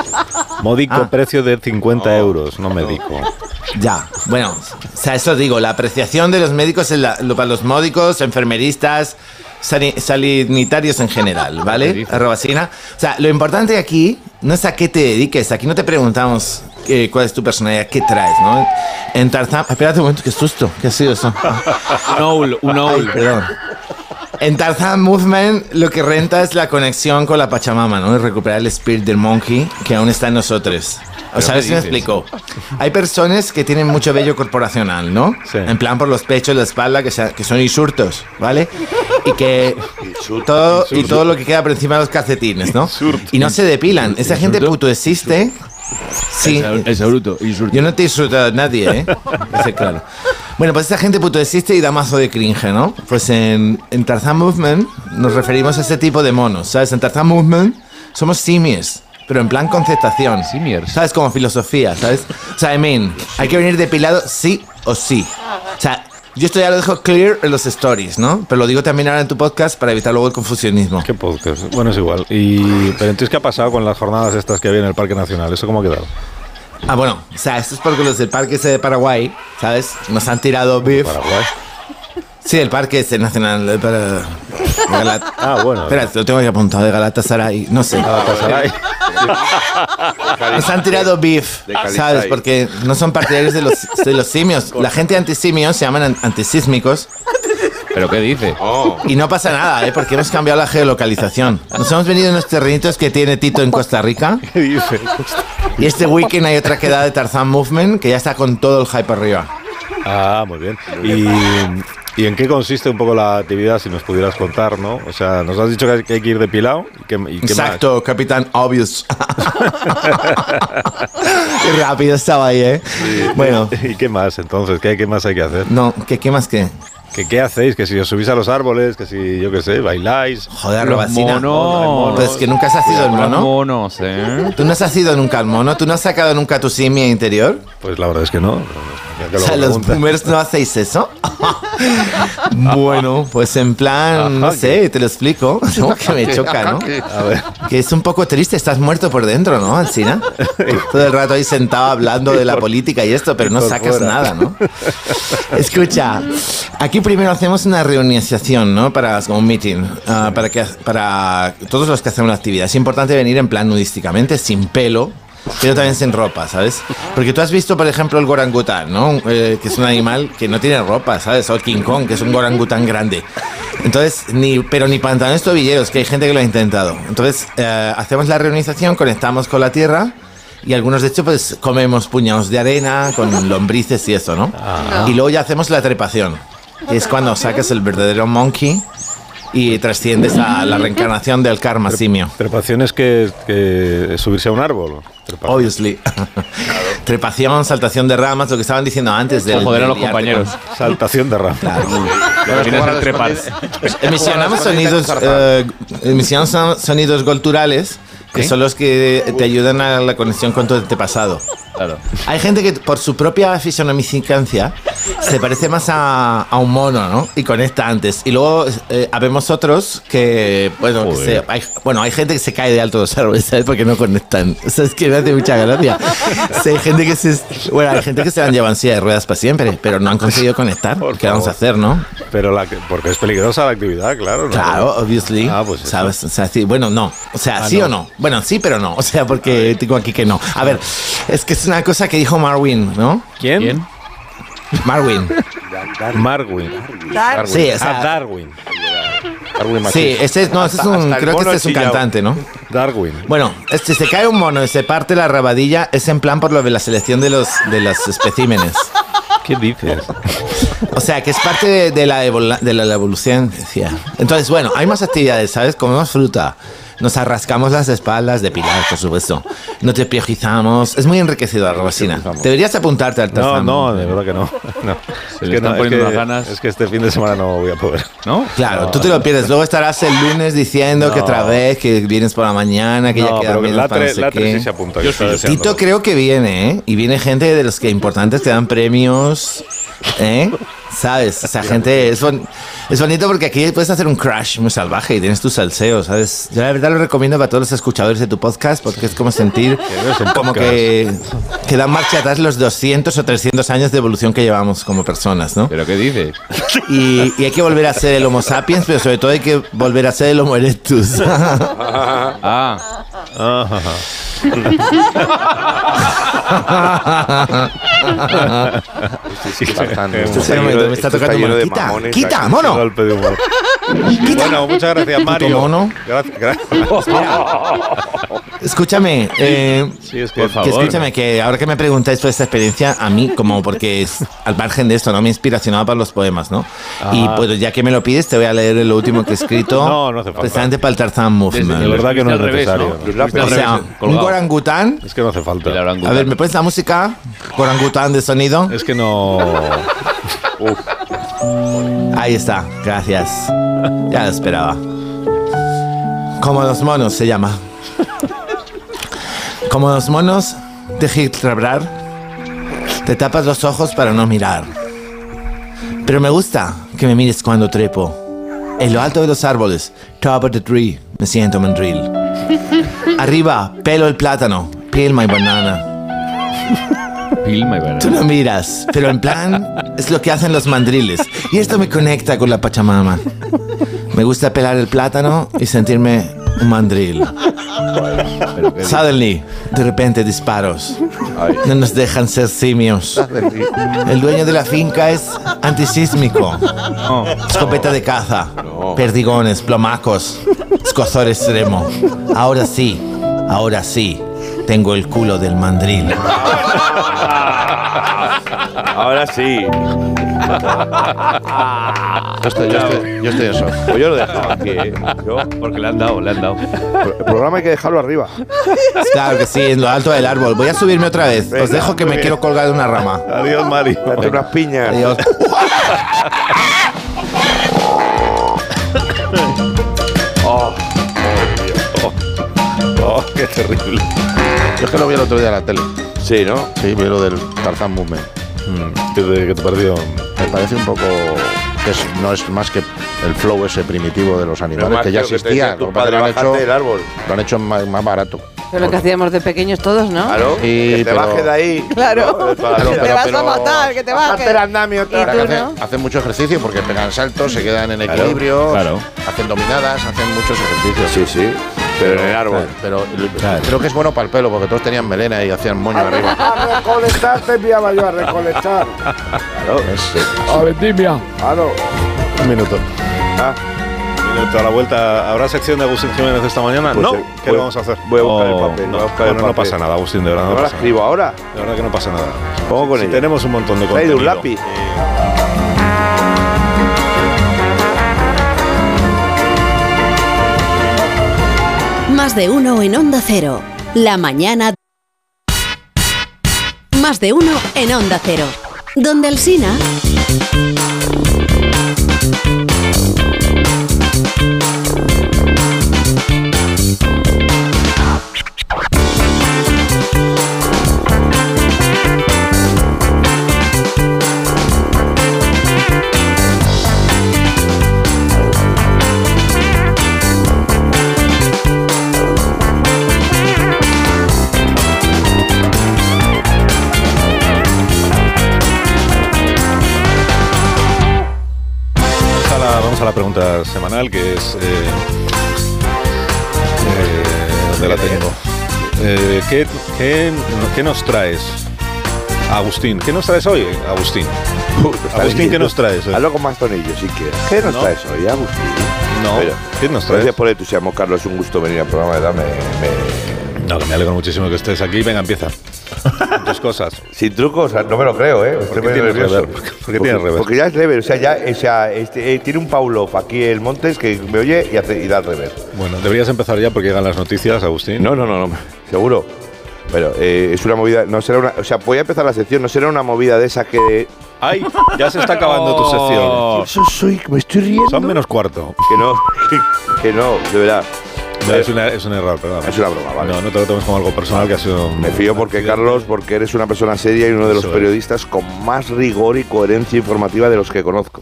[SPEAKER 1] Módico
[SPEAKER 6] Ah.
[SPEAKER 1] precio de 50 euros, no médico.
[SPEAKER 6] Ya, bueno, o sea, eso digo, la apreciación de los médicos es la- lo- para los módicos, enfermeristas, sani- sanitarios en general, ¿vale? Arrobacina. O sea, lo importante aquí no es a qué te dediques, aquí no te preguntamos eh, cuál es tu personalidad, qué traes, ¿no? En Tarzán, espérate un momento, qué susto, qué ha sido eso.
[SPEAKER 3] Un owl, un
[SPEAKER 6] Ay,
[SPEAKER 3] owl.
[SPEAKER 6] perdón. En Tarzan Movement lo que renta es la conexión con la Pachamama, ¿no? Y recuperar el spirit del monkey que aún está en nosotros. O sea, a ver si me explico. Hay personas que tienen mucho vello corporacional, ¿no?
[SPEAKER 1] Sí.
[SPEAKER 6] En plan por los pechos, la espalda, que, sea- que son insurtos, ¿vale? Y que todo, y todo lo que queda por encima de los calcetines, ¿no? Y no se depilan. Esa gente puto existe Sí.
[SPEAKER 3] Ese bruto, insulto.
[SPEAKER 6] Yo no te he insultado a nadie, ¿eh? Ese, claro. Bueno, pues esa gente puto existe y da mazo de cringe, ¿no? Pues en, en Tarzan Movement nos referimos a ese tipo de monos, ¿sabes? En Tarzan Movement somos simios, pero en plan concertación. Simiers. ¿Sabes? Como filosofía, ¿sabes? O sea, I mean, hay que venir depilado sí o sí. O sea, yo esto ya lo dejo clear en los stories, ¿no? Pero lo digo también ahora en tu podcast para evitar luego el confusionismo.
[SPEAKER 1] ¿Qué podcast? Bueno, es igual. Y, pero entonces, ¿qué ha pasado con las jornadas estas que había en el Parque Nacional? ¿Eso cómo ha quedado?
[SPEAKER 6] Ah, bueno, o sea, esto es porque los del parque ese de Paraguay, ¿sabes? Nos han tirado beef.
[SPEAKER 1] ¿Paraguay?
[SPEAKER 6] Sí, el parque ese nacional de para...
[SPEAKER 1] Ah, bueno.
[SPEAKER 6] Espera, lo tengo aquí apuntado de Galatasaray. No sé.
[SPEAKER 1] Galatasaray.
[SPEAKER 6] Nos han tirado beef,
[SPEAKER 1] De Calizay.
[SPEAKER 6] ¿sabes? Porque no son partidarios de los, de los simios. La gente antisimios se llaman an- antisísmicos.
[SPEAKER 2] ¿Pero qué dice?
[SPEAKER 6] Y no pasa nada, ¿eh? Porque hemos cambiado la geolocalización. Nos hemos venido en los terrenitos que tiene Tito en Costa Rica.
[SPEAKER 1] ¿Qué dice?
[SPEAKER 6] Y este weekend hay otra quedada de Tarzan Movement que ya está con todo el hype arriba.
[SPEAKER 1] Ah, muy bien. Y, y en qué consiste un poco la actividad, si nos pudieras contar, no? O sea, nos has dicho que hay- que hay que ir depilado. ¿Y qué, y qué
[SPEAKER 6] Exacto, Capitán Obvious. Qué rápido estaba ahí, ¿eh?
[SPEAKER 1] más?
[SPEAKER 6] Bueno.
[SPEAKER 1] ¿Y qué más entonces? ¿Qué, qué más hay que hacer?
[SPEAKER 6] No, ¿qué, qué más qué?
[SPEAKER 1] ¿Que ¿Qué hacéis? Que si os subís a los árboles, que si, yo qué sé, bailáis.
[SPEAKER 6] Joder, Robacina. Pues que nunca has sido
[SPEAKER 1] sido
[SPEAKER 6] el mono.
[SPEAKER 2] Monos, ¿eh?
[SPEAKER 6] ¿Tú no has sido nunca el mono? ¿Tú no has sacado nunca tu simia interior?
[SPEAKER 1] Pues la verdad es que no.
[SPEAKER 6] O sea, los boomers no hacéis eso. bueno, pues en plan, no sé, te lo explico. No, que me choca, ¿no?
[SPEAKER 1] A ver.
[SPEAKER 6] Que es un poco triste, estás muerto por dentro, ¿no, Alcina? Todo el rato ahí sentado hablando de la política y esto, pero no
[SPEAKER 1] por
[SPEAKER 6] sacas
[SPEAKER 1] fuera.
[SPEAKER 6] nada, ¿no? Escucha, aquí primero hacemos una reunionización, ¿no? Para como un meeting, ah, para que para todos los que hacen una actividad. Es importante venir en plan nudísticamente, sin pelo. Pero también sin ropa, ¿sabes? Porque tú has visto, por ejemplo, el gorangután, ¿no? Eh, que es un animal que no tiene ropa, ¿sabes? O el King Kong, que es un gorangután grande. Entonces, ni, pero ni pantalones tobilleros, que hay gente que lo ha intentado. Entonces, eh, hacemos la reunización, conectamos con la tierra y algunos, de hecho, pues comemos puñados de arena con lombrices y eso, ¿no?
[SPEAKER 1] Ah.
[SPEAKER 6] Y luego ya hacemos la trepación, que es cuando sacas el verdadero monkey y trasciendes a la reencarnación del karma simio.
[SPEAKER 1] Trepaciones que, que subirse a un árbol.
[SPEAKER 6] Obviously. Trepación, saltación de ramas, lo que estaban diciendo antes del.
[SPEAKER 1] Joder a los
[SPEAKER 6] del liarte
[SPEAKER 1] compañeros.
[SPEAKER 6] con-
[SPEAKER 1] Saltación de ramas.
[SPEAKER 6] Emisionamos sonidos, eh, emisionamos son- sonidos culturales que son los que te ayudan a la conexión con tu antepasado. Claro. Hay gente que por su propia fisonomificancia se parece más a, a un mono, ¿no? Y conecta antes. Y luego eh, habemos otros que, bueno, que
[SPEAKER 1] Joder.
[SPEAKER 6] se- hay, bueno, hay gente que se cae de alto los árboles, ¿sabes? Porque no conectan. O sea, es que me hace mucha gracia. O sea, hay gente que se, bueno, hay gente que se la han llevado en silla de ruedas para siempre, pero no han conseguido conectar. ¿Qué vamos a hacer, no?
[SPEAKER 1] Pero la, que- porque es peligrosa la actividad, claro. ¿no?
[SPEAKER 6] Claro, obviously. ¿Sabes? O sea, sí, bueno, no. O sea,
[SPEAKER 1] Ah,
[SPEAKER 6] sí
[SPEAKER 1] no.
[SPEAKER 6] o no. Bueno, sí, pero no. O sea, porque tengo aquí que no. A ver, es que es una cosa que dijo Marwin, ¿no?
[SPEAKER 1] ¿Quién? ¿Quién?
[SPEAKER 6] Marwin.
[SPEAKER 1] Marwin.
[SPEAKER 6] Dar- Sí, o sea-
[SPEAKER 1] ah, Darwin. Darwin
[SPEAKER 6] Sí,
[SPEAKER 1] Machis.
[SPEAKER 6] este es, no, este es
[SPEAKER 1] Hasta-
[SPEAKER 6] un,
[SPEAKER 1] hasta el
[SPEAKER 6] creo que
[SPEAKER 1] mono
[SPEAKER 6] este es un
[SPEAKER 1] chillao.
[SPEAKER 6] cantante, ¿no?
[SPEAKER 1] Darwin.
[SPEAKER 6] Bueno, este se cae un mono y se parte la rabadilla, es en plan por lo de la selección de los, de los especímenes.
[SPEAKER 1] ¿Qué dices?
[SPEAKER 6] O sea, que es parte de, de la, evol- de la, la evolución, decía. Entonces, bueno, hay más actividades, ¿sabes? Comemos fruta, nos arrascamos las espaldas, depilar, por supuesto. No te piojizamos. Es muy enriquecedor, Rosina. Deberías apuntarte al
[SPEAKER 1] No,
[SPEAKER 6] Tarzán.
[SPEAKER 1] no, de verdad que no. no.
[SPEAKER 2] le están
[SPEAKER 1] no,
[SPEAKER 2] poniendo
[SPEAKER 1] que-
[SPEAKER 2] unas ganas.
[SPEAKER 1] Es que este fin de semana no voy a poder.
[SPEAKER 2] ¿No?
[SPEAKER 6] Claro, tú te lo pierdes. Luego estarás el lunes diciendo que
[SPEAKER 1] No.
[SPEAKER 6] otra vez, que vienes por la mañana, que
[SPEAKER 1] No,
[SPEAKER 6] ya queda
[SPEAKER 1] pero
[SPEAKER 6] menos
[SPEAKER 1] la
[SPEAKER 6] para
[SPEAKER 1] tre-
[SPEAKER 6] no sé
[SPEAKER 1] la tres
[SPEAKER 6] qué.
[SPEAKER 1] sí se apunta, que Yo está sí. deseándolo.
[SPEAKER 6] Tito creo que viene, ¿eh? Y viene gente de los que importantes te dan premios, ¿eh? ¿Sabes? O sea, gente... Es, bon- es bonito porque aquí puedes hacer un crash muy salvaje y tienes tu salseo, ¿sabes? Yo la verdad lo recomiendo para todos los escuchadores de tu podcast porque es como sentir
[SPEAKER 1] es un
[SPEAKER 6] como
[SPEAKER 1] podcast.
[SPEAKER 6] que, que dan marcha atrás los 200 o 300 años de evolución que llevamos como personas, ¿no?
[SPEAKER 2] ¿Pero qué dices?
[SPEAKER 6] Y, y hay que volver a ser el Homo sapiens, pero sobre todo hay que volver a ser el Homo erectus.
[SPEAKER 2] Ah.
[SPEAKER 6] Espera un momento,
[SPEAKER 4] Esto
[SPEAKER 6] me está
[SPEAKER 4] está
[SPEAKER 6] tocando
[SPEAKER 4] lleno
[SPEAKER 6] mal.
[SPEAKER 4] de
[SPEAKER 6] Quita,
[SPEAKER 4] mamones este aquí.
[SPEAKER 6] quita, mono.
[SPEAKER 5] Este
[SPEAKER 1] Golpe de humor. Bueno, muchas gracias, Mario.
[SPEAKER 6] mono.
[SPEAKER 1] Gracias, gracias.
[SPEAKER 6] Oh, Escúchame, eh,
[SPEAKER 1] Sí, es que-
[SPEAKER 6] que
[SPEAKER 1] por favor.
[SPEAKER 6] escúchame, que ahora que me preguntáis por esta experiencia, a mí, como porque es al margen de esto, no me inspiracionaba para los poemas, ¿no? Y
[SPEAKER 1] Ah.
[SPEAKER 6] pues ya que me lo pides, te voy a leer el último que he escrito.
[SPEAKER 1] No, no hace falta.
[SPEAKER 6] Precisamente para el Tarzán Movement.
[SPEAKER 1] De verdad que no es
[SPEAKER 6] Al revés,
[SPEAKER 1] necesario.
[SPEAKER 6] ¿no? Lo fuiste al O sea, revés, un colgado. orangután.
[SPEAKER 1] Es que no hace falta.
[SPEAKER 6] A ver, ¿me pones la música? Orangután de sonido.
[SPEAKER 1] Es que no. Uf.
[SPEAKER 6] Ahí está, gracias. Ya lo esperaba. Como los monos se llama. Como los monos de Gibraltar, te tapas los ojos para no mirar. Pero me gusta que me mires cuando trepo. En lo alto de los árboles, top of the tree, me siento mandril. Arriba, pelo el plátano, peel my banana. Peel my banana. Tú no miras, pero en plan es lo que hacen los mandriles. Y esto me conecta con la Pachamama. Me gusta pelar el plátano y sentirme un mandril. Suddenly, de repente disparos. No nos dejan ser simios. El dueño de la finca es antisísmico. Escopeta de caza. Perdigones, plomacos, escozor extremo. Ahora sí, ahora sí, tengo el culo del mandril.
[SPEAKER 13] Ahora sí.
[SPEAKER 5] Yo estoy, yo estoy, yo estoy en shock.
[SPEAKER 13] Pues yo lo dejaba aquí, ¿eh? Yo, porque le han dado, le han dado.
[SPEAKER 4] El programa hay que dejarlo arriba.
[SPEAKER 6] Claro que sí, en lo alto del árbol. Voy a subirme otra vez. Os
[SPEAKER 4] Venga,
[SPEAKER 6] dejo que
[SPEAKER 4] muy
[SPEAKER 6] me
[SPEAKER 4] bien.
[SPEAKER 6] quiero colgar de una rama.
[SPEAKER 1] Adiós, Mari.
[SPEAKER 4] Date unas piñas.
[SPEAKER 6] Adiós.
[SPEAKER 13] Oh,
[SPEAKER 1] oh, qué terrible.
[SPEAKER 5] Yo es que lo vi el otro día en la tele.
[SPEAKER 13] Sí, ¿no?
[SPEAKER 5] Sí, vi lo del Tarzán Movement.
[SPEAKER 1] ¿Qué te, qué te pareció?
[SPEAKER 5] Me parece un poco que es- no es más que el flow ese primitivo de los animales
[SPEAKER 4] más
[SPEAKER 5] que ya
[SPEAKER 4] que lo que te
[SPEAKER 5] existía.
[SPEAKER 4] decía tu
[SPEAKER 5] lo que pasa
[SPEAKER 4] padre,
[SPEAKER 5] es que lo han
[SPEAKER 4] bajarte
[SPEAKER 5] hecho-
[SPEAKER 4] del árbol.
[SPEAKER 5] Lo han hecho más, más barato.
[SPEAKER 11] Pero lo que hacíamos de pequeños todos, ¿no?
[SPEAKER 5] Claro,
[SPEAKER 4] que te bajes de ahí.
[SPEAKER 11] Claro.
[SPEAKER 4] ¿no? De toda la
[SPEAKER 5] Claro,
[SPEAKER 4] vida.
[SPEAKER 5] pero- pero-
[SPEAKER 11] que te
[SPEAKER 4] Bajarte el andamio,
[SPEAKER 11] Y tú,
[SPEAKER 5] hacen,
[SPEAKER 11] ¿no?
[SPEAKER 5] hacen mucho ejercicio porque pegan saltos, se quedan en equilibrio,
[SPEAKER 13] claro.
[SPEAKER 5] hacen dominadas, hacen muchos ejercicios.
[SPEAKER 13] Sí, sí. Pero en el árbol.
[SPEAKER 5] Pero creo que es bueno para el pelo porque todos tenían melena y hacían moño
[SPEAKER 11] Ah,
[SPEAKER 5] arriba.
[SPEAKER 4] A recolectar te enviaba yo a recolectar.
[SPEAKER 5] Claro, es-
[SPEAKER 3] A vendimia.
[SPEAKER 4] Claro.
[SPEAKER 5] un minuto.
[SPEAKER 4] Ah,
[SPEAKER 1] Minuto a la vuelta. ¿Habrá sección de Agustín Jiménez esta mañana?
[SPEAKER 4] Pues
[SPEAKER 1] no.
[SPEAKER 4] sí,
[SPEAKER 1] ¿Qué
[SPEAKER 4] voy-
[SPEAKER 1] le vamos a hacer?
[SPEAKER 4] voy a buscar el
[SPEAKER 1] Oh,
[SPEAKER 4] papel,
[SPEAKER 1] No,
[SPEAKER 4] voy a buscar el
[SPEAKER 1] bueno, no
[SPEAKER 4] papel.
[SPEAKER 1] pasa nada, Agustín, de verdad.
[SPEAKER 4] ¿No la
[SPEAKER 1] pasa nada.
[SPEAKER 4] escribo ahora?
[SPEAKER 1] De verdad que no pasa nada.
[SPEAKER 4] Pongo con
[SPEAKER 1] Sí,
[SPEAKER 4] ella.
[SPEAKER 1] Tenemos un montón de
[SPEAKER 4] Trae
[SPEAKER 1] contenido. Eh,
[SPEAKER 4] de un lápiz.
[SPEAKER 12] Más de uno en Onda Cero. La mañana. Más de uno en Onda Cero. Donde Alsina.
[SPEAKER 1] Vamos a, la, vamos a la pregunta semanal, que es... eh, eh, ¿Dónde la tengo? Eh, ¿qué, qué, qué nos traes, Agustín? ¿Qué nos traes hoy, Agustín? Agustín, ¿qué nos traes hoy?
[SPEAKER 4] Hazlo con más tonillos si quieres. ¿Qué nos
[SPEAKER 1] No.
[SPEAKER 4] traes hoy, Agustín?
[SPEAKER 1] No. ¿Qué nos traes?
[SPEAKER 4] Gracias por el entusiasmo, Carlos. Es un gusto venir al programa de Dame. Me...
[SPEAKER 1] No, que me alegro muchísimo que estés aquí. Venga, empieza. Tus cosas.
[SPEAKER 4] Sin trucos, no me lo creo, ¿eh?
[SPEAKER 1] ¿Por qué
[SPEAKER 4] Estoy muy
[SPEAKER 1] tienes
[SPEAKER 4] nervioso.
[SPEAKER 1] rever? ¿Por qué- por qué tienes rever?
[SPEAKER 4] Porque ya es rever, o sea, ya o sea, este, eh, tiene un Pavlov aquí el Montes que me oye y, hace, y da al revés.
[SPEAKER 1] Bueno, deberías empezar ya porque llegan las noticias, Agustín.
[SPEAKER 4] No, no, no, no. Seguro. Pero eh, es una movida, no será una, o sea, voy a empezar la sección, no será una movida de esas que
[SPEAKER 1] ¡Ay! Ya se está acabando tu
[SPEAKER 4] Oh.
[SPEAKER 1] sección. soy, me estoy riendo. Son menos cuarto.
[SPEAKER 4] que no, que, que no, de verdad.
[SPEAKER 1] No, es, una- es un error, perdón.
[SPEAKER 4] Es una broma, vale.
[SPEAKER 1] No, no te lo tomes como algo personal que ha sido. un-
[SPEAKER 4] Me fío porque, Carlos, porque eres una persona seria y uno de los
[SPEAKER 1] Eso es.
[SPEAKER 4] periodistas con más rigor y coherencia informativa de los que conozco.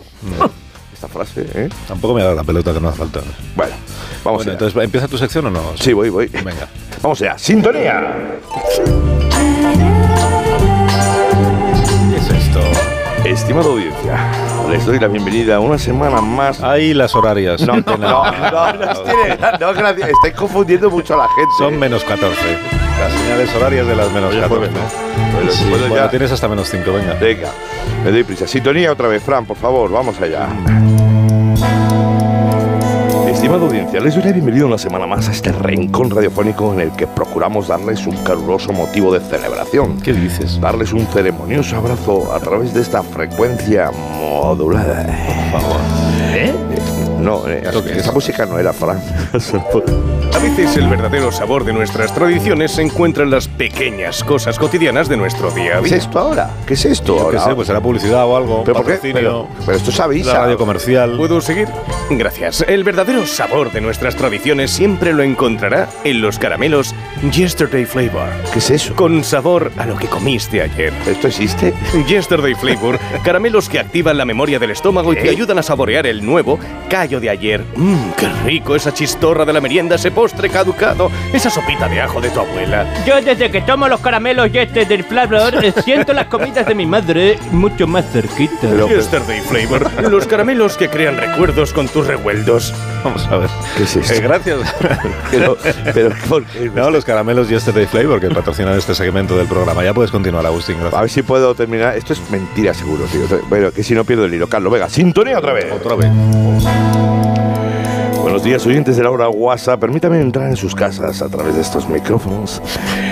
[SPEAKER 4] Esta frase, ¿eh?
[SPEAKER 1] Tampoco me ha dado la pelota que no hace falta.
[SPEAKER 4] Bueno, vamos
[SPEAKER 1] Bueno,
[SPEAKER 4] allá.
[SPEAKER 1] entonces, ¿empieza tu sección o no?
[SPEAKER 4] Sí, voy, voy.
[SPEAKER 1] Venga.
[SPEAKER 4] Vamos allá. ¡Sintonía!
[SPEAKER 1] ¿Qué es esto?
[SPEAKER 4] Estimada audiencia, les doy la bienvenida a una semana más.
[SPEAKER 1] Ahí las horarias.
[SPEAKER 4] No,
[SPEAKER 1] qué
[SPEAKER 4] no,
[SPEAKER 1] pena.
[SPEAKER 4] no, no, os tiene- no, gracias. Estáis confundiendo mucho a la gente.
[SPEAKER 1] Son menos 14. Las señales horarias de las menos 14.
[SPEAKER 4] Bueno,
[SPEAKER 1] Sí,
[SPEAKER 4] bueno,
[SPEAKER 1] bueno,
[SPEAKER 4] ya.
[SPEAKER 1] tienes hasta menos 5, venga.
[SPEAKER 4] Venga, me doy prisa. Sintonía otra vez, Fran, por favor, vamos allá. Estimada audiencia, les doy la bienvenida una semana más a este rincón radiofónico en el que procuramos darles un caluroso motivo de celebración. ¿Qué dices? Darles un ceremonioso abrazo a través de esta frecuencia modulada. Por favor. ¿Eh? No, eh, esa música no era, Fran.
[SPEAKER 14] A veces el verdadero sabor de nuestras tradiciones se encuentra en las pequeñas cosas cotidianas de nuestro día a
[SPEAKER 4] ¿Qué
[SPEAKER 14] día.
[SPEAKER 4] es esto ahora? ¿Qué es esto
[SPEAKER 14] Yo qué
[SPEAKER 4] ahora?
[SPEAKER 14] sé, pues será
[SPEAKER 1] publicidad o algo,
[SPEAKER 4] ¿Pero por qué?
[SPEAKER 14] patrocinio.
[SPEAKER 4] Pero, pero esto es avisa.
[SPEAKER 14] La radio
[SPEAKER 1] comercial.
[SPEAKER 14] ¿Puedo seguir? Gracias. El verdadero sabor de nuestras tradiciones siempre lo encontrará en los caramelos Yesterday Flavor.
[SPEAKER 4] ¿Qué es eso?
[SPEAKER 14] Con sabor a lo que comiste ayer.
[SPEAKER 4] ¿Esto existe?
[SPEAKER 14] Yesterday Flavor. caramelos que activan la memoria del estómago
[SPEAKER 4] ¿Eh?
[SPEAKER 14] y te ayudan a saborear el nuevo callo de ayer. Mmm, qué rico esa chistorra de la merienda, ese postre caducado, esa sopita de ajo de tu abuela.
[SPEAKER 15] Yo desde que tomo los caramelos y este del flavor eh, siento las comidas de mi madre mucho más cerquita.
[SPEAKER 14] Yesterday Flavor. Los caramelos que crean recuerdos con tus revueldos.
[SPEAKER 1] Vamos a ver.
[SPEAKER 4] ¿Qué es
[SPEAKER 14] Eh,
[SPEAKER 4] esto?
[SPEAKER 1] gracias.
[SPEAKER 4] pero,
[SPEAKER 1] no, los caramelos este Yesterday Flavor que patrocinan este segmento del programa. Ya puedes continuar, Agustín. Gracias.
[SPEAKER 4] A ver si puedo terminar. Esto es mentira, seguro, tío. Bueno, que si no pierdo el hilo. Carlos, venga, sintonía otra vez. Otra
[SPEAKER 1] vez.
[SPEAKER 4] Buenos días, oyentes de la hora guasa. Permítame entrar en sus casas a través de estos micrófonos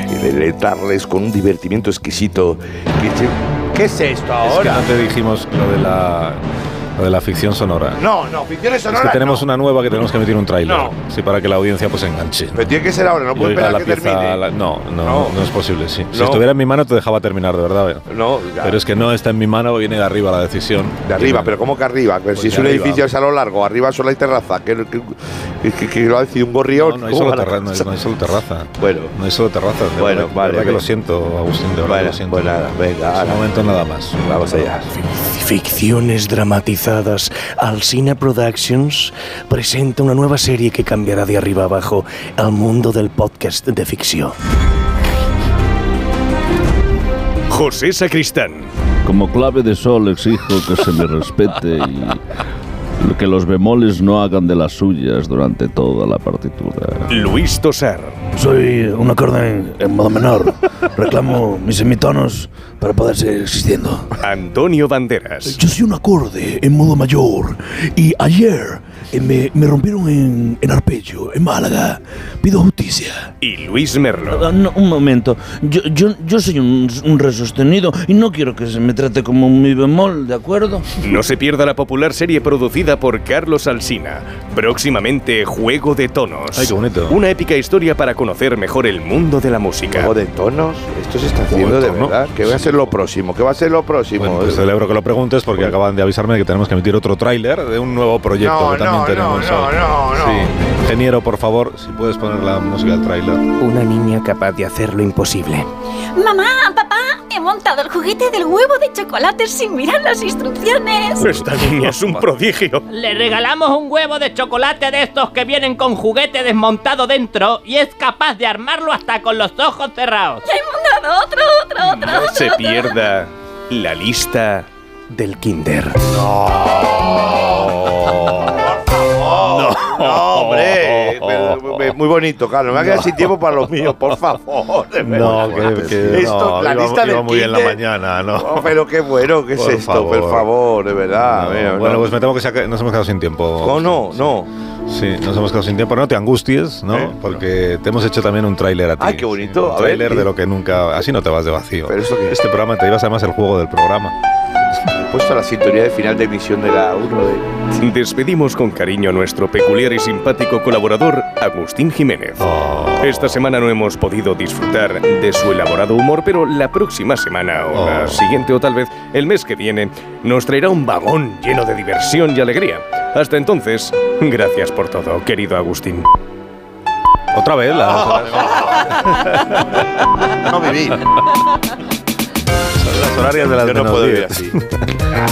[SPEAKER 4] y deletarles con un divertimiento exquisito. que se- ¿Qué es esto
[SPEAKER 1] Es
[SPEAKER 4] ahora?
[SPEAKER 1] que no te dijimos lo de la, lo de la ficción sonora.
[SPEAKER 4] No, no, ficciones
[SPEAKER 1] Es
[SPEAKER 4] sonoras.
[SPEAKER 1] que tenemos una nueva que tenemos que emitir un tráiler.
[SPEAKER 4] No.
[SPEAKER 1] Sí, para que la audiencia pues enganche.
[SPEAKER 4] Pero tiene que ser ahora, no
[SPEAKER 1] Y
[SPEAKER 4] puede
[SPEAKER 1] oiga
[SPEAKER 4] esperar
[SPEAKER 1] la
[SPEAKER 4] que
[SPEAKER 1] pieza,
[SPEAKER 4] termine.
[SPEAKER 1] la- no, no,
[SPEAKER 4] No.
[SPEAKER 1] no, es posible, sí. Si
[SPEAKER 4] No.
[SPEAKER 1] estuviera en mi mano te dejaba terminar, de verdad.
[SPEAKER 4] No, ya.
[SPEAKER 1] Pero es que no está en mi mano, viene de arriba la decisión.
[SPEAKER 4] De arriba, pero ¿cómo que arriba? Pero si
[SPEAKER 1] Pues
[SPEAKER 4] es
[SPEAKER 1] de
[SPEAKER 4] un
[SPEAKER 1] arriba.
[SPEAKER 4] edificio, es a lo largo, arriba solo hay terraza, que, que- que- que- que lo ha decidido un gorrión.
[SPEAKER 1] No, no hay,
[SPEAKER 4] ¿Cómo
[SPEAKER 1] solo
[SPEAKER 4] va la
[SPEAKER 1] terra- no, hay,
[SPEAKER 4] cosa?
[SPEAKER 1] no hay solo terraza.
[SPEAKER 4] Bueno.
[SPEAKER 1] No hay solo terraza. de
[SPEAKER 4] Bueno,
[SPEAKER 1] verdad- de
[SPEAKER 4] vale,
[SPEAKER 1] verdad que
[SPEAKER 4] venga.
[SPEAKER 1] lo siento, Agustín, de verdad que
[SPEAKER 4] Bueno,
[SPEAKER 1] lo siento.
[SPEAKER 4] pues nada, venga,
[SPEAKER 1] En
[SPEAKER 4] ahora.
[SPEAKER 1] un momento nada más.
[SPEAKER 4] Vamos allá.
[SPEAKER 16] Ficciones dramatizadas. Alcina Productions presenta una nueva serie que cambiará de arriba abajo al mundo del podcast de ficción.
[SPEAKER 14] José Sacristán.
[SPEAKER 17] Como clave de sol exijo que se me respete y que los bemoles no hagan de las suyas durante toda la partitura.
[SPEAKER 14] Luis Tosar.
[SPEAKER 10] Soy un acorde en modo menor. Reclamo mis semitonos para poder seguir existiendo.
[SPEAKER 14] Antonio Banderas.
[SPEAKER 10] Yo soy un acorde en modo mayor y ayer eh, me, me rompieron en, en arpello, en Málaga. Pido justicia.
[SPEAKER 14] Y Luis Merlo.
[SPEAKER 18] Ah, no, un momento, yo, yo, yo soy un, un re sostenido y no quiero que se me trate como un mi bemol, ¿de acuerdo?
[SPEAKER 14] No se pierda la popular serie producida por Carlos Alsina. Próximamente Juego de Tonos.
[SPEAKER 1] Ay, qué bonito.
[SPEAKER 14] Una épica historia para conocer mejor el mundo de la música.
[SPEAKER 4] ¿Juego de Tonos? Esto se está haciendo de verdad. ¿Qué va a ser lo próximo? ¿Qué va a ser lo próximo?
[SPEAKER 1] Bueno, pues celebro que lo preguntes porque acaban de avisarme de que tenemos que emitir otro tráiler de un nuevo proyecto
[SPEAKER 4] No,
[SPEAKER 1] que también
[SPEAKER 4] no,
[SPEAKER 1] tenemos.
[SPEAKER 4] no, no, no.
[SPEAKER 1] Sí. Ingeniero, por favor, si puedes poner la música del tráiler.
[SPEAKER 16] Una niña capaz de hacer lo imposible.
[SPEAKER 19] Mamá, papá, he montado el juguete del huevo de chocolate sin mirar las instrucciones.
[SPEAKER 14] Esta niña es un prodigio.
[SPEAKER 15] Le regalamos un huevo de chocolate de estos que vienen con juguete desmontado dentro y es capaz de armarlo hasta con los ojos cerrados.
[SPEAKER 19] ¡Ya he montado otro, otro, otro,
[SPEAKER 14] No
[SPEAKER 19] otro!
[SPEAKER 14] se
[SPEAKER 19] otro.
[SPEAKER 14] pierda la lista del Kinder.
[SPEAKER 4] No, hombre. pero, eh, Muy bonito, Carlos. Me va a quedar sin tiempo para los míos, por favor. de
[SPEAKER 1] No,
[SPEAKER 4] verdad.
[SPEAKER 1] que- que
[SPEAKER 4] Esto,
[SPEAKER 1] no,
[SPEAKER 4] la
[SPEAKER 1] iba-
[SPEAKER 4] lista
[SPEAKER 1] iba
[SPEAKER 4] del
[SPEAKER 1] muy bien la
[SPEAKER 4] kinder.
[SPEAKER 1] mañana, ¿no?
[SPEAKER 4] Oh, pero qué bueno, ¿qué es
[SPEAKER 1] Por
[SPEAKER 4] esto? Por favor, de
[SPEAKER 1] No,
[SPEAKER 4] verdad. mira,
[SPEAKER 1] bueno,
[SPEAKER 4] no.
[SPEAKER 1] pues me temo que se ha que- nos hemos quedado sin tiempo.
[SPEAKER 4] Oh, no, no. ¿Eh?
[SPEAKER 1] Sí, nos hemos quedado sin tiempo. No te angusties, ¿no? Porque te hemos hecho también un tráiler a ti.
[SPEAKER 4] Ay, qué bonito.
[SPEAKER 1] Un
[SPEAKER 4] A ver,
[SPEAKER 1] tráiler
[SPEAKER 4] sí.
[SPEAKER 1] de lo que nunca... Así no te vas de vacío.
[SPEAKER 4] Pero esto qué-
[SPEAKER 1] Este programa te ibas además el juego del programa.
[SPEAKER 4] He puesto la sintonía de final de emisión de la 1 de.
[SPEAKER 14] Despedimos con cariño a nuestro peculiar y simpático colaborador, Agustín Jiménez.
[SPEAKER 11] Oh.
[SPEAKER 14] Esta semana no hemos podido disfrutar de su elaborado humor, pero la próxima semana o la
[SPEAKER 11] Oh.
[SPEAKER 14] siguiente o tal vez el mes que viene nos traerá un vagón lleno de diversión y alegría. Hasta entonces, gracias por todo, querido Agustín.
[SPEAKER 1] Otra vez
[SPEAKER 4] Ah.
[SPEAKER 1] la...
[SPEAKER 4] No vivir.
[SPEAKER 1] Las horarias de las
[SPEAKER 4] Yo no
[SPEAKER 1] menos
[SPEAKER 4] puedo
[SPEAKER 1] 10.
[SPEAKER 4] vivir así.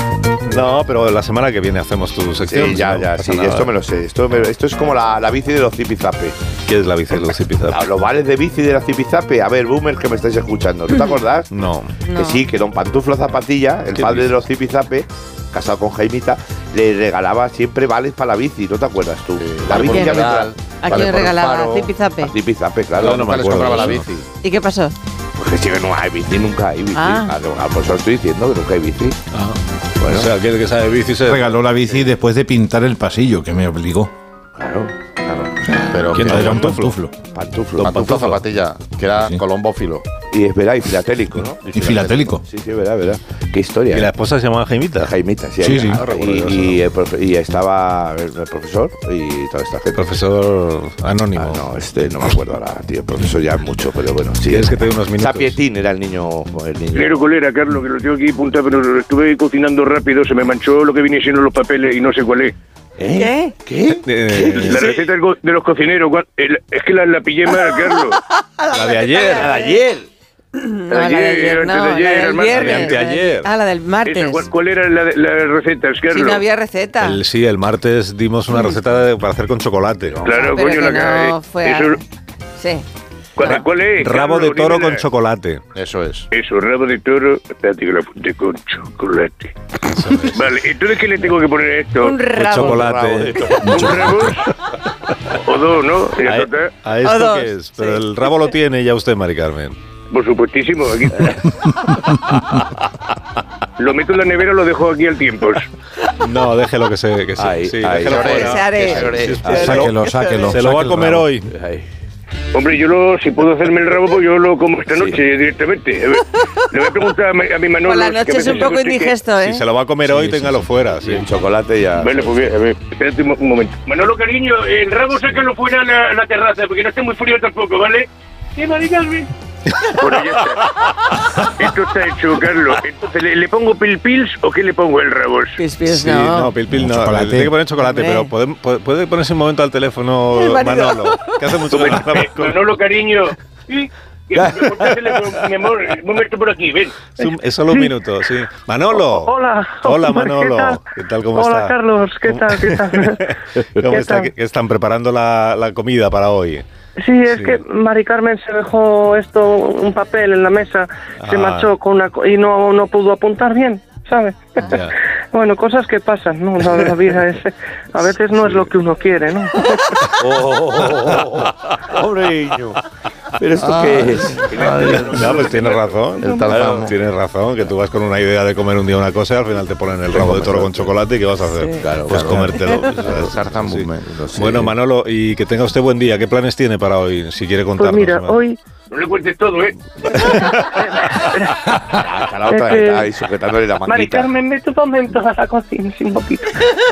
[SPEAKER 1] No, pero la semana que viene hacemos tu sección.
[SPEAKER 4] Sí, ya,
[SPEAKER 1] no
[SPEAKER 4] ya,
[SPEAKER 1] pasa
[SPEAKER 4] sí,
[SPEAKER 1] nada.
[SPEAKER 4] esto me lo sé. Esto, me- esto es como la, la bici de los zipizape.
[SPEAKER 1] ¿Qué es la bici de los zipizape?
[SPEAKER 4] Ah, Los bares de bici de la zipizape. A ver, boomers que me estáis escuchando. ¿Tú te acordás?
[SPEAKER 1] No.
[SPEAKER 4] Que sí, que don Pantuflo Zapatilla, el padre de los zipizape, casado con Jaimita, le regalaba siempre vales para la bici. ¿No te acuerdas tú? la
[SPEAKER 11] ¿A
[SPEAKER 4] bici
[SPEAKER 11] quién?
[SPEAKER 4] ya me tra-
[SPEAKER 11] ¿A
[SPEAKER 4] Vale,
[SPEAKER 11] quién
[SPEAKER 5] pues
[SPEAKER 4] por un
[SPEAKER 11] regalaba?
[SPEAKER 4] faro.
[SPEAKER 11] Zipizape.
[SPEAKER 4] A zipizape, claro.
[SPEAKER 5] Yo no me Nunca les acuerdo compraba de la eso.
[SPEAKER 11] ¿Y qué pasó?
[SPEAKER 4] Porque si que no hay bici, nunca hay bici.
[SPEAKER 11] Ah.
[SPEAKER 4] Ah, no, ah, por eso estoy diciendo que nunca hay bici.
[SPEAKER 5] Ah.
[SPEAKER 1] O sea, aquel que sabe bici se...
[SPEAKER 6] Regaló la bici después de pintar el pasillo, que me obligó.
[SPEAKER 5] Claro, claro. Pero
[SPEAKER 4] ¿Quién
[SPEAKER 5] que
[SPEAKER 4] era un
[SPEAKER 5] pantuflo?
[SPEAKER 4] Pantuflo.
[SPEAKER 5] Pantuflo, zapatilla, que era colombófilo.
[SPEAKER 4] Y es verdad, y filatélico, ¿no?
[SPEAKER 5] Y filatélico.
[SPEAKER 4] Sí, sí, es verdad, es verdad. Qué historia.
[SPEAKER 1] ¿Y la
[SPEAKER 4] ¿eh?
[SPEAKER 1] esposa se llamaba Jaimita?
[SPEAKER 4] Jaimita, sí.
[SPEAKER 1] Sí,
[SPEAKER 4] ahí-
[SPEAKER 1] sí.
[SPEAKER 4] ah,
[SPEAKER 1] No recuerdo
[SPEAKER 4] y,
[SPEAKER 1] eso,
[SPEAKER 4] y el profe- y estaba el el profesor y toda esta gente.
[SPEAKER 1] Profesor anónimo.
[SPEAKER 4] no, este no me acuerdo ahora, tío. El profesor ya mucho, pero bueno. Sí,
[SPEAKER 1] Tienes que tener unos minutos.
[SPEAKER 4] Sapietín era el niño. El niño.
[SPEAKER 8] Quiero colera, Carlos, que lo tengo aquí apuntado, pero lo estuve cocinando rápido, se me manchó lo que viene siendo los papeles y no sé cuál es.
[SPEAKER 4] ¿Eh? ¿Qué?
[SPEAKER 8] La receta del go- de los cocineros, guan- el- es que la, la pillé mal, Carlos.
[SPEAKER 1] La de ayer.
[SPEAKER 11] La de
[SPEAKER 4] ayer.
[SPEAKER 11] No, la de ayer, no, la del viernes. la de- Ah, la del martes.
[SPEAKER 8] Esa, ¿cuál, cuál era la, la receta, es
[SPEAKER 11] Si
[SPEAKER 8] Carlos?
[SPEAKER 11] no había receta.
[SPEAKER 1] El- sí, el martes dimos una receta de- para hacer con chocolate.
[SPEAKER 8] Claro,
[SPEAKER 11] Pero
[SPEAKER 8] coño,
[SPEAKER 11] que
[SPEAKER 8] la que-
[SPEAKER 11] no fue
[SPEAKER 8] eso-
[SPEAKER 11] arte. Sí.
[SPEAKER 8] ¿Cuál, cuál es?
[SPEAKER 1] Rabo de
[SPEAKER 8] Carlos?
[SPEAKER 1] toro
[SPEAKER 8] Dímela.
[SPEAKER 1] con chocolate.
[SPEAKER 5] Eso es.
[SPEAKER 8] Eso, rabo de toro, espérate que lo apunte con chocolate. Vale, entonces, ¿qué le tengo que poner a esto?
[SPEAKER 11] Un rabo.
[SPEAKER 1] chocolate.
[SPEAKER 11] Un rabo de
[SPEAKER 8] ¿Un rabo? O dos, ¿no? En
[SPEAKER 1] ¿A, e,
[SPEAKER 8] total.
[SPEAKER 1] a
[SPEAKER 8] O
[SPEAKER 1] esto
[SPEAKER 8] dos,
[SPEAKER 1] qué es? Pero el rabo lo tiene ya usted, Mari Carmen.
[SPEAKER 8] Por supuestísimo, aquí Lo meto en la nevera o lo dejo aquí al tiempo.
[SPEAKER 1] No, déjelo que se. Que se
[SPEAKER 8] Ay,
[SPEAKER 1] sí,
[SPEAKER 8] ay,
[SPEAKER 1] déjelo
[SPEAKER 8] lloré,
[SPEAKER 1] fuera.
[SPEAKER 8] lloré,
[SPEAKER 1] Sí,
[SPEAKER 8] lloré.
[SPEAKER 1] sí, sí.
[SPEAKER 8] Ay,
[SPEAKER 1] Sáquelo,
[SPEAKER 8] lloré.
[SPEAKER 1] sáquelo. Se
[SPEAKER 8] Sáquelo,
[SPEAKER 1] lo va a comer
[SPEAKER 8] rabo.
[SPEAKER 1] hoy.
[SPEAKER 8] Hombre, yo lo, si puedo hacerme el rabo, pues yo lo como esta noche directamente. A ver, le voy a preguntar a mi, a mi Manolo.
[SPEAKER 11] Por la
[SPEAKER 8] que
[SPEAKER 11] noche
[SPEAKER 8] a
[SPEAKER 11] es un
[SPEAKER 8] veces
[SPEAKER 11] poco
[SPEAKER 8] yo sé que-
[SPEAKER 11] indigesto, ¿eh?
[SPEAKER 1] Si se lo va a comer hoy, téngalo fuera. Sí,
[SPEAKER 4] chocolate ya.
[SPEAKER 8] Vale, pues bien, a ver, espérate un, mo- un momento. Manolo, cariño, el rabo sácalo fuera a la, a la terraza, porque no esté muy frío tampoco, ¿vale? ¿Qué, Mari Carmen? Bueno, ya está. Esto está hecho, Carlos. Entonces, ¿le, le pongo pilpils o qué le pongo el rabo?
[SPEAKER 11] Pilpils
[SPEAKER 1] Sí, no, Pil Pil no. Le tiene que poner chocolate,
[SPEAKER 8] Hombre.
[SPEAKER 1] pero puede, puede- puede ponerse un momento al teléfono
[SPEAKER 8] El marido.
[SPEAKER 1] Manolo. Que hace mucho que no hablamos con-
[SPEAKER 8] Eh, Manolo, cariño. Sí, que me- contárselo, Mi amor, un momento por aquí, ven.
[SPEAKER 1] Es, un- es solo un minuto, sí. Manolo.
[SPEAKER 8] Hola.
[SPEAKER 1] Hola,
[SPEAKER 8] Omar, ¿qué
[SPEAKER 1] Manolo.
[SPEAKER 8] tal?
[SPEAKER 1] ¿Qué tal? ¿Cómo
[SPEAKER 8] Hola,
[SPEAKER 1] está?
[SPEAKER 8] Carlos, ¿qué tal? ¿Qué tal?
[SPEAKER 1] ¿Cómo
[SPEAKER 8] ¿Qué
[SPEAKER 1] está?
[SPEAKER 8] tal?
[SPEAKER 1] ¿Qué- qué están preparando la, la comida para hoy?
[SPEAKER 8] Sí, es que Mari Carmen se dejó esto, un papel en la mesa,
[SPEAKER 1] Ah.
[SPEAKER 8] se marchó con una co- y no, no pudo apuntar bien, ¿sabes? bueno, cosas que pasan, ¿no? La, la vida es, a veces no es lo que uno quiere, ¿no? Pues
[SPEAKER 4] Pobre niño. ¿Pero esto qué es?
[SPEAKER 1] No, pues tienes razón.
[SPEAKER 4] El
[SPEAKER 1] Claro,
[SPEAKER 4] talzamo.
[SPEAKER 1] tienes razón, que tú vas con una idea de comer un día una cosa y al final te ponen el rabo de toro con chocolate y ¿qué vas a hacer? pues
[SPEAKER 5] claro.
[SPEAKER 1] comértelo.
[SPEAKER 5] El
[SPEAKER 1] ¿sabes?
[SPEAKER 5] tarzán
[SPEAKER 1] Sí.
[SPEAKER 5] boomer, lo sé.
[SPEAKER 1] Bueno, Manolo, y que tenga usted buen día. ¿Qué planes tiene para hoy, si quiere
[SPEAKER 8] Pues
[SPEAKER 1] contarnos? Manolo?
[SPEAKER 8] No le cuentes todo, ¿eh?
[SPEAKER 4] Hasta la otra
[SPEAKER 8] Este-
[SPEAKER 4] está ahí sujetándole la
[SPEAKER 8] Mari
[SPEAKER 4] manguita.
[SPEAKER 8] Carmen, vete un momento a la cocina, sin poquito.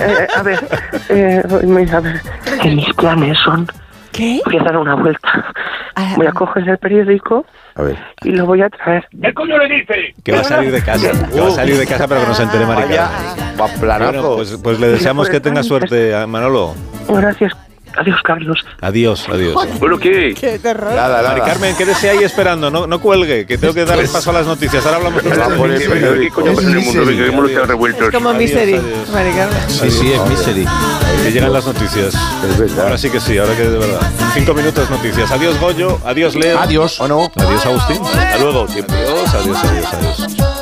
[SPEAKER 8] Eh, a ver, eh, voy- a ver, que mis planes son...
[SPEAKER 11] ¿Qué?
[SPEAKER 8] Voy a dar una vuelta. Voy a coger el periódico
[SPEAKER 4] A ver.
[SPEAKER 8] y lo voy a traer. ¿Qué coño le dice?
[SPEAKER 1] Que va a salir de casa. Que va a salir de casa, pero que no se
[SPEAKER 5] Ah,
[SPEAKER 1] entere Mari Carmen.
[SPEAKER 4] Va planazo.
[SPEAKER 1] Bueno, pues, pues le deseamos que tenga suerte a Manolo.
[SPEAKER 8] Gracias. Adiós, Carlos.
[SPEAKER 1] Adiós, adiós.
[SPEAKER 8] ¿Bueno qué?
[SPEAKER 11] Qué terror.
[SPEAKER 1] Mari Carmen, quédese ahí esperando, no, no cuelgue, que tengo que dar el paso a las noticias. Ahora hablamos de
[SPEAKER 4] Va por el
[SPEAKER 8] ¿Qué coño pasa en el mundo? Venga, que hemos estado revueltos.
[SPEAKER 11] Como Misery. Mari Carmen.
[SPEAKER 1] Sí, sí, es misery. Que llegan las noticias. Ahora sí que sí, ahora que de verdad. Cinco minutos noticias. Adiós Goyo, adiós Leo. Adiós.
[SPEAKER 5] ¿O no?
[SPEAKER 1] Adiós Agustín.
[SPEAKER 4] Hasta luego, siempre.
[SPEAKER 1] Adiós, adiós, adiós, adiós.